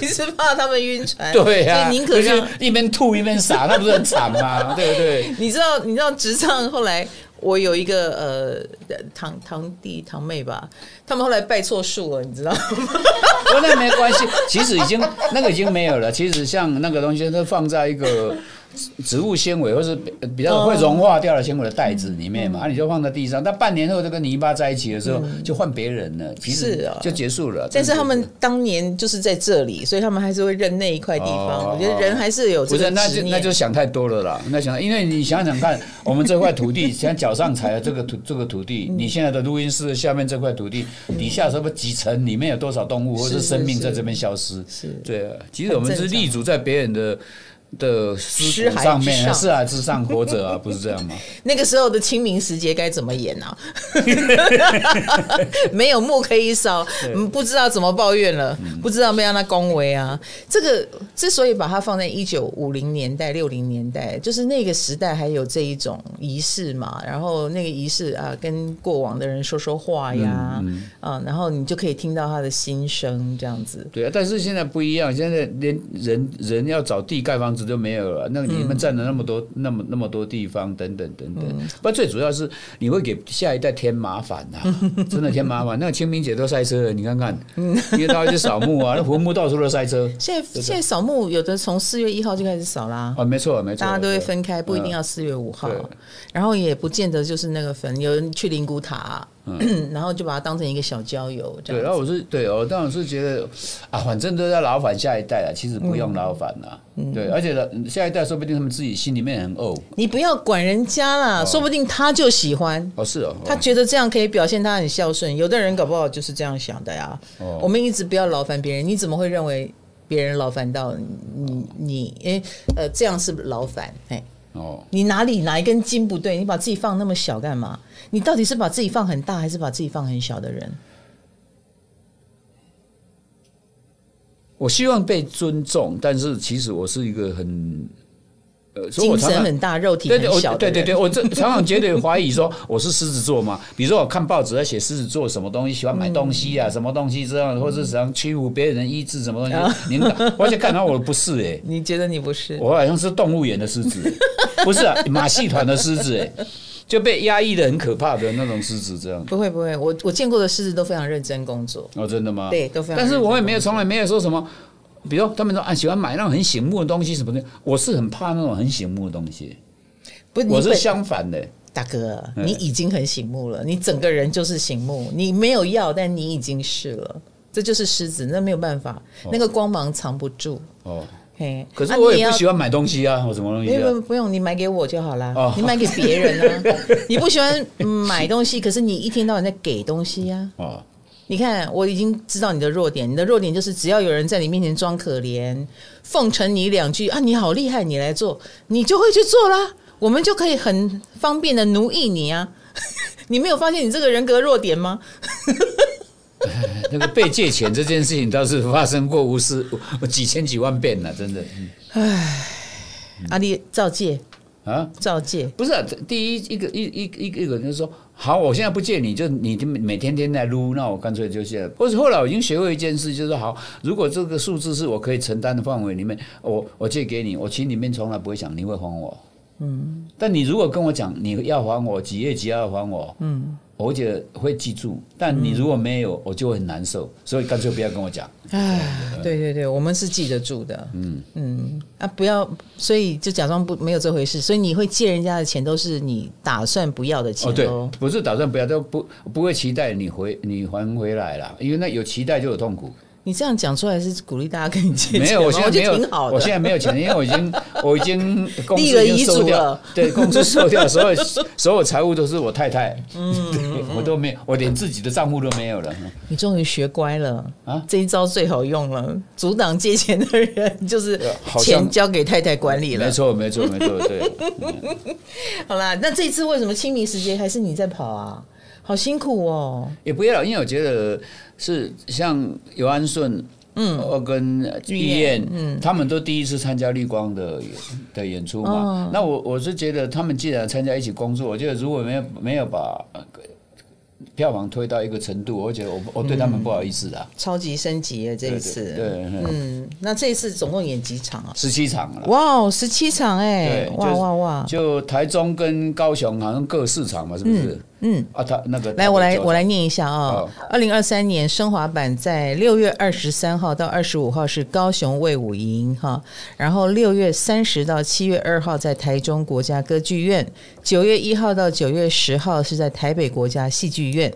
S1: 是怕他们晕船，
S2: 对呀、啊，
S1: 所以宁可
S2: 就是
S1: 让
S2: 一边吐一边傻，那不是很惨
S1: [LAUGHS]
S2: 吗？对不对？
S1: 你知道，你知道执仗后来。我有一个呃堂堂弟堂妹吧，他们后来拜错树了，你知道
S2: [LAUGHS]
S1: 吗？
S2: 不过那没关系，其实已经那个已经没有了。其实像那个东西，它放在一个植物纤维或是比比较会融化掉的纤维的袋子里面
S1: 嗯
S2: 嘛，啊，你就放在地上。但半年后，这个泥巴在一起的时候，就换别人了，其
S1: 是
S2: 实
S1: 啊
S2: 就结束了。
S1: 但是他
S2: 真
S1: 们
S2: 的
S1: 当年就是在这里，所以他们还是会认那一块地方。
S2: 哦
S1: 我觉得人还是有
S2: 不
S1: 这
S2: 是，
S1: 个
S2: 那
S1: 执
S2: 就
S1: 念。
S2: 那就想太多了啦。那想，因为你想想看，我们这块土
S1: [LAUGHS]
S2: 地，现在脚上踩的这个土这个土
S1: 嗯
S2: 地，你现在的录音室下面这块土地底下什么几层，里面有多少动物或
S1: 是
S2: 是
S1: 是
S2: 生命
S1: 是
S2: 在这边消失？
S1: 是
S2: 对啊，其实我们
S1: 很正
S2: 是
S1: 常
S2: 立足在别人的。的尸
S1: 尸
S2: 骨
S1: 骸
S2: 上
S1: 之
S2: 面
S1: 上
S2: 啊，尸骸之上活着啊，不是这样吗？
S1: 那个时候的清明时节该怎么演啊？没有墓可以扫，嗯不知道怎么抱怨了，不知道被让他恭维啊。这个之所以把它放在一九五零年代、六零年代，就是那个时代还有这一种仪式嘛。然后那个仪式啊，跟过往的人说说话呀，啊，然后你就可以听到他的心声，这样子。
S2: 对啊，但是现在不一样，现在连人人要找地盖房子都没有了。那你们占了那么
S1: 嗯
S2: 多、那么那么多地方，等等等等。不，最主要是你会给下一代添麻烦
S1: [LAUGHS]
S2: 呐、真的添麻烦。那个清明节都塞车了，你看看，
S1: 嗯
S2: 因为他会去扫墓啊，那坟墓到处都塞车。
S1: 现在现在扫墓有的从四月一号就开始扫啦，
S2: 啊，没错没错，
S1: 大家都会
S2: 对
S1: 分开，不一定
S2: 嗯
S1: 要四月五号
S2: 对，
S1: 然后也不见得就是那个坟，有人去灵骨塔， [CLEARS THROAT] 然后就把它当成一个小郊游这
S2: 嗯对，
S1: 样
S2: 然后我是对，我当然是觉得啊，反正都在劳烦下一代了，其实不用劳烦
S1: 嗯
S2: 了。对，而且呢下一代说不定他们自己心里面很怄。
S1: 你不要管人家啦，说不定他就喜欢。
S2: 哦，是哦，
S1: 他觉得这样可以表现他很孝顺，有的人搞不好就是这样想的呀。
S2: 哦
S1: 我们一直不要劳烦别人，你怎么会认为别人劳烦到你？你哎、呃，这样是劳烦哎。
S2: 哦，
S1: 你哪里哪一根筋不对？你把自己放那么小干嘛？你到底是把自己放很大，还是把自己放很小的人？
S2: 我希望被尊重，但是其实我是一个很呃，所以
S1: 精
S2: 我常
S1: 神
S2: 常
S1: 很大，肉体
S2: 对对，
S1: 很
S2: 我
S1: 小的
S2: 对
S1: 人。
S2: 对对，我这常常觉得怀疑说我是狮子座嘛。比如说我看报纸在写狮子座什么东西，喜欢买东西啊，什么东西这样，或者是想屈服别人的意志什么
S1: 啊
S2: 东西。你们我就看到我不是哎、
S1: [LAUGHS] 你觉得你不是？
S2: 我好像是动物园的狮子，不是、啊、马戏团的狮子哎、就被压抑的很可怕的那种狮子这样。
S1: 不会不会，我我见过的狮子都非常认真工作。
S2: 哦，真的吗？
S1: 对都非常
S2: 但是我也没有从来没有说什么，比如说他们说啊喜欢买那种很醒目的东西什么的，我是很怕那种很醒目的东西，
S1: 不，你
S2: 我是
S1: 本
S2: 相反的、
S1: 大哥，
S2: 嗯
S1: 你已经很醒目了，你整个人就是醒目，你没有要，但你已经是了，这就是狮子，那没有办法，那个光芒藏不住。
S2: 哦。
S1: 嘿，啊
S2: 可是我也不喜
S1: 欢。
S2: 欢买东西啊，我什么东
S1: 不
S2: 西啊？
S1: 不不用，你买给我就好啦。
S2: 哦
S1: 你买给别人啊，你不喜欢嗯买东西，可是你一天到晚在给东西啊呀、
S2: 哦，
S1: 你看，我已经知道你的弱点，你的弱点就是只要有人在你面前装可怜，奉承你两句啊，你好厉害，你来做，你就会去做啦，我们就可以很方便的奴役你啊。 [LAUGHS] 你没有发现你这个人格弱点吗？
S2: 那个被借钱这件事情倒是发生过无数几千几万遍了，真的
S1: 阿丽照借，
S2: 嗯啊。
S1: 照借，
S2: 不是、啊，这第一一个一一一个一个人就说好，我现在不借你，就你就每天天在撸，那我干脆就借了。或者后来我已经学会一件事，就是说好，如果这个数字是我可以承担的范围里面，我我借给你，我心里面从来不会想你会还我。嗯，但你如果跟我讲你要还我几月几号还我，嗯，我会觉得会记住。但你如果没有，我就会很难受，所以干脆不要跟我讲。
S1: 哎，对对对，我们是记得住的。嗯嗯啊，不要，所以就假装不没有这回事。所以你会借人家的钱，都是你打算不要的钱
S2: 哦，对
S1: 咯，
S2: 不是打算不要，都不不会期待你回你还回来啦，因为那有期待就有痛苦。
S1: 你这样讲出来是鼓励大家跟你借钱吗，
S2: [LAUGHS] 没有，
S1: [LAUGHS]
S2: 我现在
S1: 觉
S2: 没有
S1: 得挺好，的。
S2: 我现在没有钱，因为我已
S1: [LAUGHS]
S2: 经我已经公司
S1: 立了
S2: 已经
S1: 遗嘱
S2: 收掉
S1: 了，
S2: [LAUGHS] 对，公司
S1: [LAUGHS]
S2: 收掉，所有所有财务都是我太太，嗯， [LAUGHS] 我都没有，我连自己的账户都没有了。
S1: 你终于学乖了
S2: 啊
S1: 这一招最好用了，阻挡借钱的人就是
S2: 呃好像
S1: 钱交给太太管理
S2: 没
S1: 了。
S2: 错，没错，没错，对，
S1: 好啦，那这次为什么清明时节还是你在跑啊？好辛苦哦。
S2: 也不要，因为我觉得是像尤安顺。嗯，跟
S1: 玉
S2: 玉
S1: 燕
S2: 燕，嗯，他们都第一次参加绿光的演的演出嘛
S1: 哦。
S2: 那我我是觉得，他们既然参加一起工作，我觉得如果没有没有把呃票房推到一个程度，我觉得我我对他们不好意思的。
S1: 超级升级耶！这一次，
S2: 对对对
S1: 嗯，那这一次总共演几场啊？
S2: 十七场了。
S1: 哇哦，十七场哎、
S2: 对，
S1: 哇
S2: 就
S1: 哇哇！
S2: 就台中跟高雄好像各四场嘛，是不是？
S1: 嗯，
S2: 啊，他那个
S1: 来，我来，我来念一下啊
S2: 哦。
S1: 二零二三年升华版在六月二十三号到二十五号是高雄卫武营哈，然后六月三十到七月二号在台中国家歌剧院，九月一号到九月十号是在台北国家戏剧院。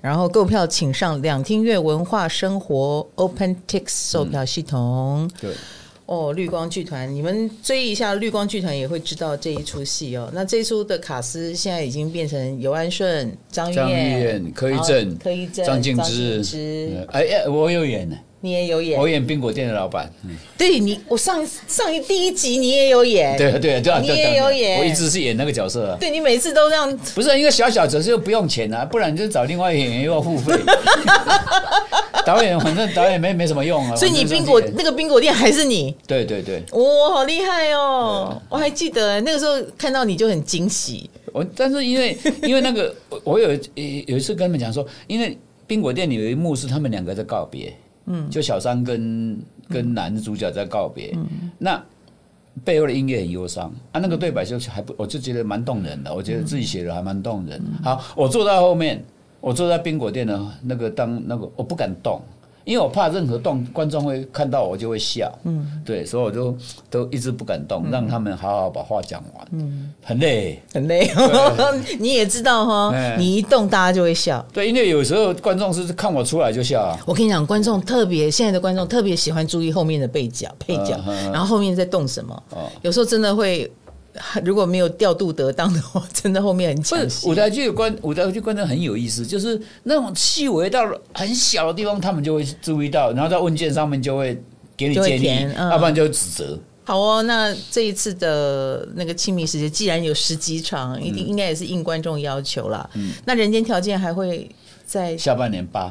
S1: 然后购票请上两厅院文化生活 OpenTix 售票系统。
S2: 对，
S1: 哦，绿光剧团，你们追一下绿光剧团也会知道这一出戏哦。那这一出的卡司现在已经变成尤安顺、张玉
S2: 张玉
S1: 燕、
S2: 燕、柯一
S1: 然后
S2: 正、
S1: 柯一正、
S2: 张静
S1: 之，
S2: 之，哎哎，我有演呢，
S1: 你也有演
S2: 我。演冰果店的老板，嗯
S1: 对你，我上一上一第一集你也有演，
S2: 对啊对啊对啊，
S1: 哎你
S2: 对啊
S1: 也
S2: 对啊
S1: 有演
S2: 我一直是演那个角色啊。
S1: 对你每次都这样，
S2: 不是啊因为小小角色又不用钱啊，不然你就找另外演员又要
S1: [LAUGHS]
S2: 付费。导演反正导演没没什么用啊，
S1: 所以你
S2: 反正
S1: 冰
S2: 就
S1: 果
S2: 是演
S1: 那个冰果店还是你，
S2: 对对对，
S1: 哇、好厉害哦！
S2: 啊
S1: 我还记得那个时候看到你就很惊喜，
S2: 我但是因为 [LAUGHS] 因为那个我我有一有一次跟他们讲说，因为冰果店里有一幕是他们两个在告别，嗯，就小三跟跟男主角在告别，那背后的音乐很忧伤啊，那个对白就还不，我就觉得蛮动人的，我觉得自己写的还蛮动人。好，我坐到后面，我坐在冰果店的那个当那个，我不敢动。因为我怕任何动观众会看到我就会笑，嗯，对，所以我就都一直不敢动，让他们好好把话讲完，嗯，很累。
S1: 很累， [LAUGHS] 你也知道哈
S2: 哎，
S1: 你一动大家就会笑。
S2: 对，因为有时候观众是看我出来就笑啊，
S1: 我跟你讲，观众特别现在的观众特别喜欢注意后面的背角、配角，
S2: 嗯嗯嗯
S1: 然后后面在动什么。
S2: 哦
S1: 有时候真的会，如果没有调度得当的话，真的后面很
S2: 不
S1: 抢
S2: 是
S1: 戏
S2: 舞。台剧的观舞台剧观众很有意思，就是那种细微到很小的地方，他们就会注意到，然后在问卷上面就会给你
S1: 就会
S2: 建
S1: 填
S2: 议，
S1: 嗯
S2: 要不然就指责。
S1: 好哦，那这一次的那个亲密时间，既然有十几场，一
S2: 嗯
S1: 定应该也是应观众要求啦。那人间条件还会在
S2: 下半年八，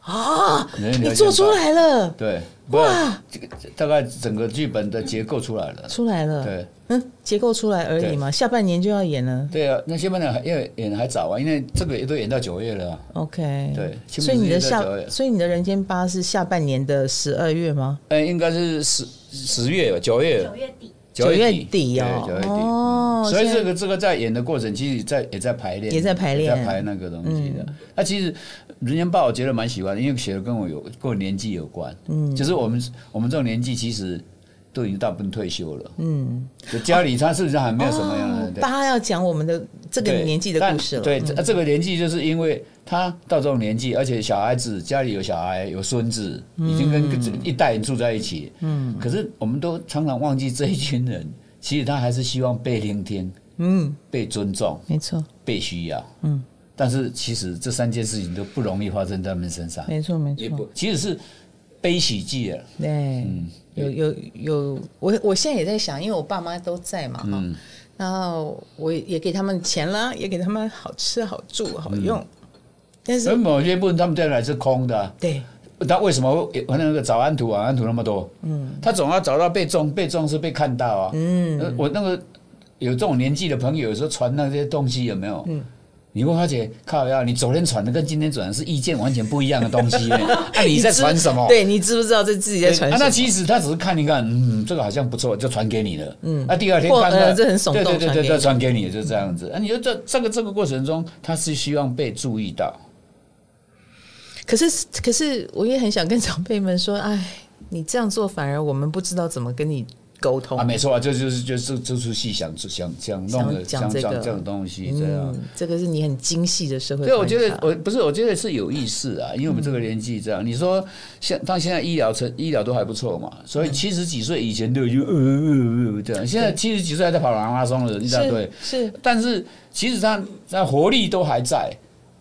S1: 啊，
S2: 人间条件
S1: 你做出来了，
S2: 对，
S1: 哇
S2: 哇，这个大概整个剧本的结构出来了。
S1: 出来了，
S2: 对
S1: 嗯，结构出来而已嘛，下半年就要演了。
S2: 对啊，那下半年还因为演还早啊，因为这个也都演到九月了啊、
S1: OK，
S2: 对清
S1: 所以
S2: 明
S1: 你的
S2: 时
S1: 下
S2: 间在九，月
S1: 所以你的人间八是下半年的十二月吗？
S2: 呃，应该是十十月吧，九月，
S4: 九月底，
S1: 九月底
S2: 底
S1: 哦
S2: 对九月底。
S1: 哦
S2: 嗯所以
S1: 现在
S2: 这个这个在演的过程，其实在也在排练，
S1: 也在排练嗯
S2: 也在排那个东西的。那其实《人间报》我觉得蛮喜欢的，因为写的跟我有跟我年纪有关，嗯，就是我们我们这种年纪其实都已经大部分退休了，嗯，就家里他事实上还没有什么样的
S1: 哦
S2: 对
S1: 八要讲我们的这个
S2: 对
S1: 年纪的
S2: 但
S1: 故事了。嗯
S2: 对，这这个年纪就是因为他到这种年纪，而且小孩子家里有小孩有孙子，已
S1: 嗯
S2: 经跟跟一代人住在一起。嗯，可是我们都常常忘记这一群人，其实他还是希望被聆听、
S1: 嗯，
S2: 被尊重、
S1: 没错，
S2: 被需要。嗯，但是其实这三件事情都不容易发生在他们身上，
S1: 没错，没
S2: 也
S1: 错
S2: 不，，其实是悲喜剧啊。
S1: 对。有有有，我我现在也在想，因为我爸妈都在嘛，哈、
S2: 嗯
S1: 然后我也给他们钱啦，也给他们好吃好住好
S2: 嗯
S1: 用，但
S2: 所以
S1: 是
S2: 某些部分他们带来是空的啊、
S1: 对
S2: 他为什么会那个早安图、晚安图那么多？嗯，他总要找到被重，被重是被看到啊。嗯，我那个有这种年纪的朋友，有时候传那些东西有没有？嗯。你会发觉，靠呀！你昨天传的跟今天传的是意见完全不一样的东西
S1: [LAUGHS]
S2: 呢。啊，你在
S1: 知
S2: 传什么？
S1: 对你知不知道这自己在传
S2: 啊
S1: 什么？
S2: 那其实他只是看一看，嗯，这个好像不错，就传给你了。嗯，那、第二天
S1: 或
S2: 看到、
S1: 呃这很耸动
S2: 对对
S1: 传
S2: 对
S1: 给
S2: 对，
S1: 你
S2: 对传给你就这样子。啊，你就这这个这个过程中，他是希望被注意到。
S1: 可是可是我也很想跟长辈们说， [LAUGHS] 哎，你这样做反而我们不知道怎么跟你沟通。
S2: 啊，没错啊，这就是就是这出戏想想想弄的
S1: 想讲这个
S2: 想讲这种东西这样。
S1: 嗯，这个是你很精细的社会观察。
S2: 啊对，
S1: 嗯
S2: 我觉得我不是，我觉得是有意思啊，因为我们这个年纪这样，你说像到现在医疗成医疗都还不错嘛，所以
S1: 嗯
S2: 七十几岁以前都已经呃呃呃呃这样，现在七十几岁还在跑马拉松的人一大堆
S1: 是，是
S2: 但是其实他他活力都还在，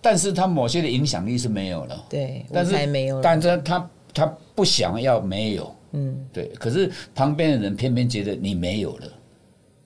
S2: 但是他某些的影响力是没有了，
S1: 对，
S2: 但是
S1: 还没有了，
S2: 但是他他不想要没有，
S1: 嗯，
S2: 对，可是旁边的人偏偏觉得你没有了，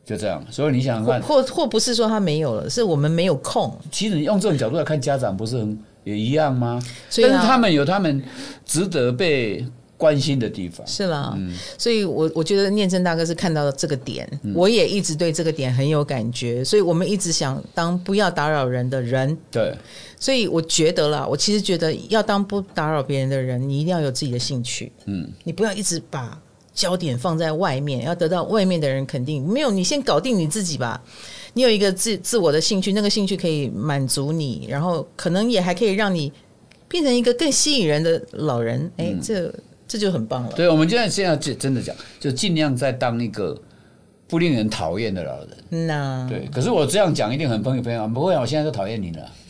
S2: 就这样。所以你想想
S1: 或
S2: 看，
S1: 或或不是说他没有了，是我们没有空。
S2: 其实你用这种角度来看，家长不是很也一样吗？
S1: 所以啊
S2: 但是他们有他们值得被关心的地方。
S1: 是啦，
S2: 嗯
S1: 所以我我觉得念真大哥是看到了这个点，我也一直对这个点很有感觉，所以我们一直想当不要打扰人的人，
S2: 对，
S1: 所以我觉得啦，我其实觉得要当不打扰别人的人，你一定要有自己的兴趣，嗯，你不要一直把焦点放在外面，要得到外面的人肯定，没有你先搞定你自己吧。你有一个自自我的兴趣，那个兴趣可以满足你，然后可能也还可以让你变成一个更吸引人的老人，
S2: 嗯
S1: 哎、这这就很棒了。
S2: 对，我们现在现在就真的讲，就尽量在当一个不令人讨厌的老人。
S1: 那
S2: 对，可是我这样讲一定很朋友朋友，不会啊，我现在都讨厌你了， [LAUGHS]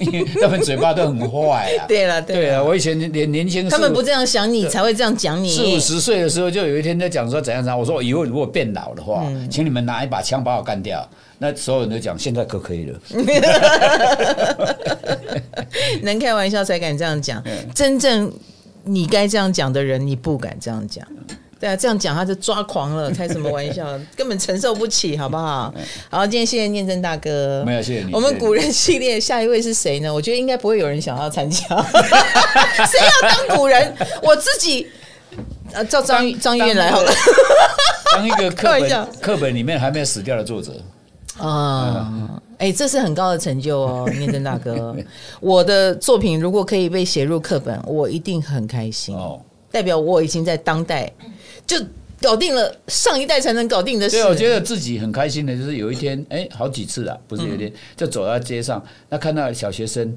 S2: 因为他们嘴巴都很坏啊。
S1: 对了，
S2: 对
S1: 了，
S2: 啊，我以前连年轻
S1: 他们
S2: 四五
S1: 不这样想你，才会这样讲你。
S2: 四五十岁的时候，就有一天在讲说怎样怎样。我说我哦以后如果变老的话，请你们拿一把枪把我干掉。那所有人都讲现在可可以了，
S1: [LAUGHS] 能开玩笑才敢这样讲，
S2: 嗯
S1: 真正你该这样讲的人，你不敢这样讲。对啊，这样讲他就抓狂了，开什么玩
S2: [LAUGHS]
S1: 笑，根本承受不起，好不好？好，今天谢谢念真大哥，
S2: 嗯没有谢谢你
S1: 我们
S2: 谢谢
S1: 古人系列下一位是谁呢？我觉得应该不会有人想要
S2: [LAUGHS]
S1: 参加，谁要当古人？我自己，呃，叫张玉张玉燕来好了。
S2: 当一个
S1: 开
S2: 课
S1: 玩笑
S2: 本课本里面还没有死掉的作者，
S1: 啊，哎、这是很高的成就哦，念真大
S2: [LAUGHS]
S1: 哥。我的作品如果可以被写入课本，我一定很开心，
S2: 哦
S1: 代表我已经在当代就搞定了上一代才能搞定的事。
S2: 对，我觉得自己很开心的，就是嗯有一天，哎、好几次啊，不是有一天，就走到街上，那看到小学生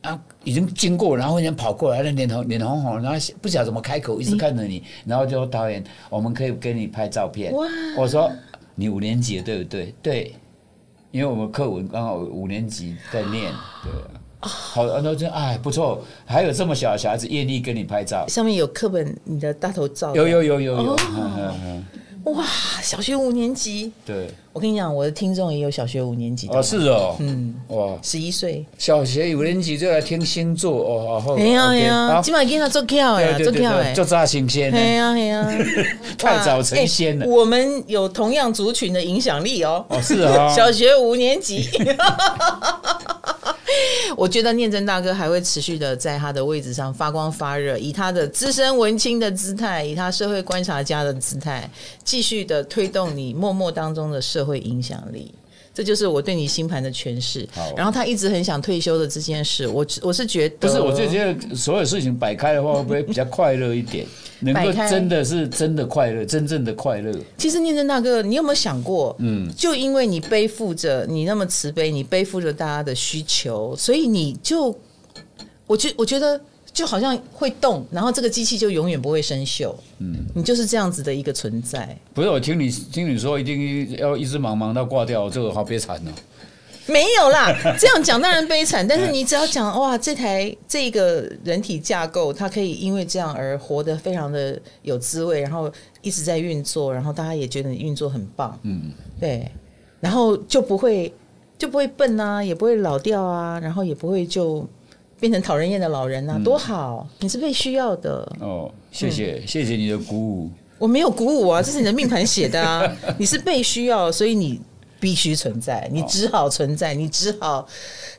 S2: 啊，已经经过，然后人跑过来，那脸红脸红红，然后不晓得怎么开口，一直看着你，然后就说导演，我们可以给你拍照片。
S1: 哇
S2: 我说你五年级对不对？对，因为我们课文刚好五年级在念，对啊。好，然后就哎不错，还有这么小的小孩子愿意跟你拍照，
S1: 上面有课本，你的大头照
S2: 有有有有有，嗯嗯嗯
S1: 哇，小学五年级，
S2: 对，
S1: 我跟你讲，我的听众也有小学五年级的，
S2: 哦是哦，嗯，哇，
S1: 十一岁，
S2: 小学五年级就来听星座哦，好，
S1: 哎呀哎呀，
S2: 好
S1: 今晚给他做巧
S2: 对
S1: 呀，
S2: 对
S1: 做
S2: 对
S1: 巧
S2: 对，
S1: 哎
S2: 就。炸新鲜
S1: 哎
S2: 呢，
S1: 呀哎呀，
S2: [LAUGHS] 太早成仙了
S1: 哇哎我们有同样族群的影响力哦。
S2: 哦是 [LAUGHS] 啊
S1: [LAUGHS] 小学五年级。 [LAUGHS] 我觉得念真大哥还会持续的在他的位置上发光发热，以他的资深文青的姿态，以他社会观察家的姿态，继续的推动你默默当中的社会影响力。这就是我对你星盘的诠释
S2: 好。
S1: 然后他一直很想退休的这件事，我我是觉得
S2: 不是，我就觉得所有事情摆开的话，会不会比较快乐一点？能够
S1: 摆开
S2: 真的是真的快乐，真正的快乐。
S1: 其实念真大哥，你有没有想过，嗯，就因为你背负着你那么慈悲，你背负着大家的需求，所以你就，我觉我觉得就好像会动，然后这个机器就永远不会生锈，嗯，你就是这样子的一个存在。
S2: 不是，我听你听你说，一定要一直忙忙到挂掉，这个好悲惨哦。
S1: 没有啦，这样讲当然悲惨，但是你只要讲哇，这台这个人体架构，它可以因为这样而活得非常的有滋味，然后一直在运作，然后大家也觉得你运作很棒，
S2: 嗯，
S1: 对，然后就不会就不会笨啊，也不会老掉啊，然后也不会就变成讨人厌的老人啊，多好！你是被需要的，
S2: 哦，谢谢、
S1: 嗯
S2: 谢谢你的鼓舞。
S1: 我没有鼓舞啊，这是你的命盘写的啊， [LAUGHS] 你是被需要，所以你必须存在，你只好存在，你只好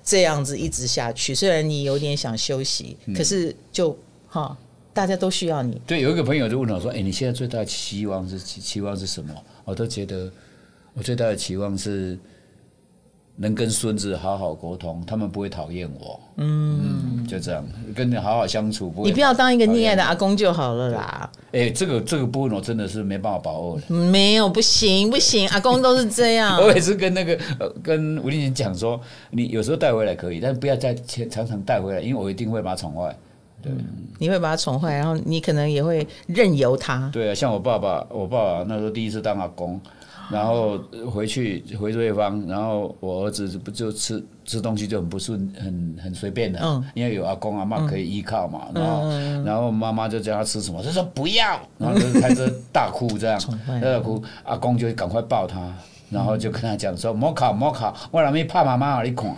S1: 这样子一直下去。虽然你有点想休息，可是就哈，大家都需要你。
S2: 嗯对，有一个朋友就问我说：“哎、你现在最大的期望是期期望是什么？”我都觉得我最大的期望是能跟孙子好好沟通，他们不会讨厌我。嗯，就这样，跟你好好相处。不会
S1: 你不要当一个溺爱的
S2: 讨厌
S1: 阿公就好了啦，
S2: 我。哎、这个这个部分我真的是没办法把握了。
S1: 没有不行不行，阿公都是这样。
S2: [LAUGHS] 我也是跟那个呃跟吴丽琴讲说，你有时候带回来可以，但不要再常常常带回来，因为我一定会把它宠坏。
S1: 你会把它宠坏，然后你可能也会任由
S2: [LAUGHS]
S1: 它。
S2: 对啊，像我爸爸，我爸爸那时候第一次当阿公，然后回去回瑞芳，然后我儿子不就吃吃东西就很不顺，很很随便的，
S1: 嗯
S2: 因为有阿公阿妈可以依靠嘛，然后、然后妈妈就叫他吃什么，他说不要，然后就开始大哭
S1: [LAUGHS]
S2: 这样
S1: 宠坏，
S2: 大哭，阿公就赶快抱他。然后就跟他讲说：“莫考莫考，我让你怕妈妈给你看。 [LAUGHS]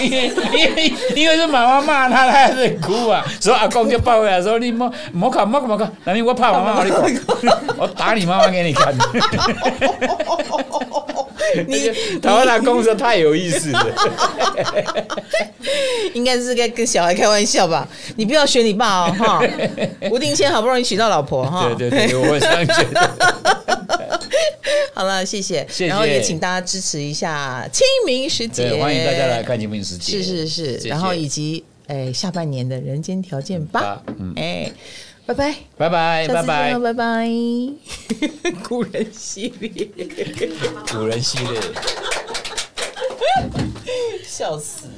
S2: 因为因为因为是妈妈骂他，他还在哭啊，所以阿公就抱回来说：“你莫莫考莫考莫考，那你我怕
S1: [LAUGHS]
S2: 妈妈给你看，我打你妈妈给你看。”
S1: 你
S2: 台湾阿公说太有意思了，
S1: [LAUGHS] 应该是该跟小孩开玩笑吧？你不要学你爸哦，
S2: [LAUGHS]
S1: 哈！吴定谦好不容易娶到老婆哈。
S2: 对对对，我也这样觉得。
S1: 好了，谢谢，
S2: 谢谢
S1: 然后也请大家支持一下清明 [LAUGHS] 时节，
S2: 对，欢迎大家来。看《金明世界》，
S1: 是是是，
S2: 谢谢
S1: 然后以及哎下半年的人间条件吧
S2: 吧，嗯
S1: 哎，拜拜，
S2: 拜拜
S1: 下次
S2: 拜
S1: 见哦
S2: 拜
S1: 了，，拜拜，
S2: [LAUGHS]
S1: [LAUGHS] 古人系列，
S2: 古人系列。
S1: 笑死。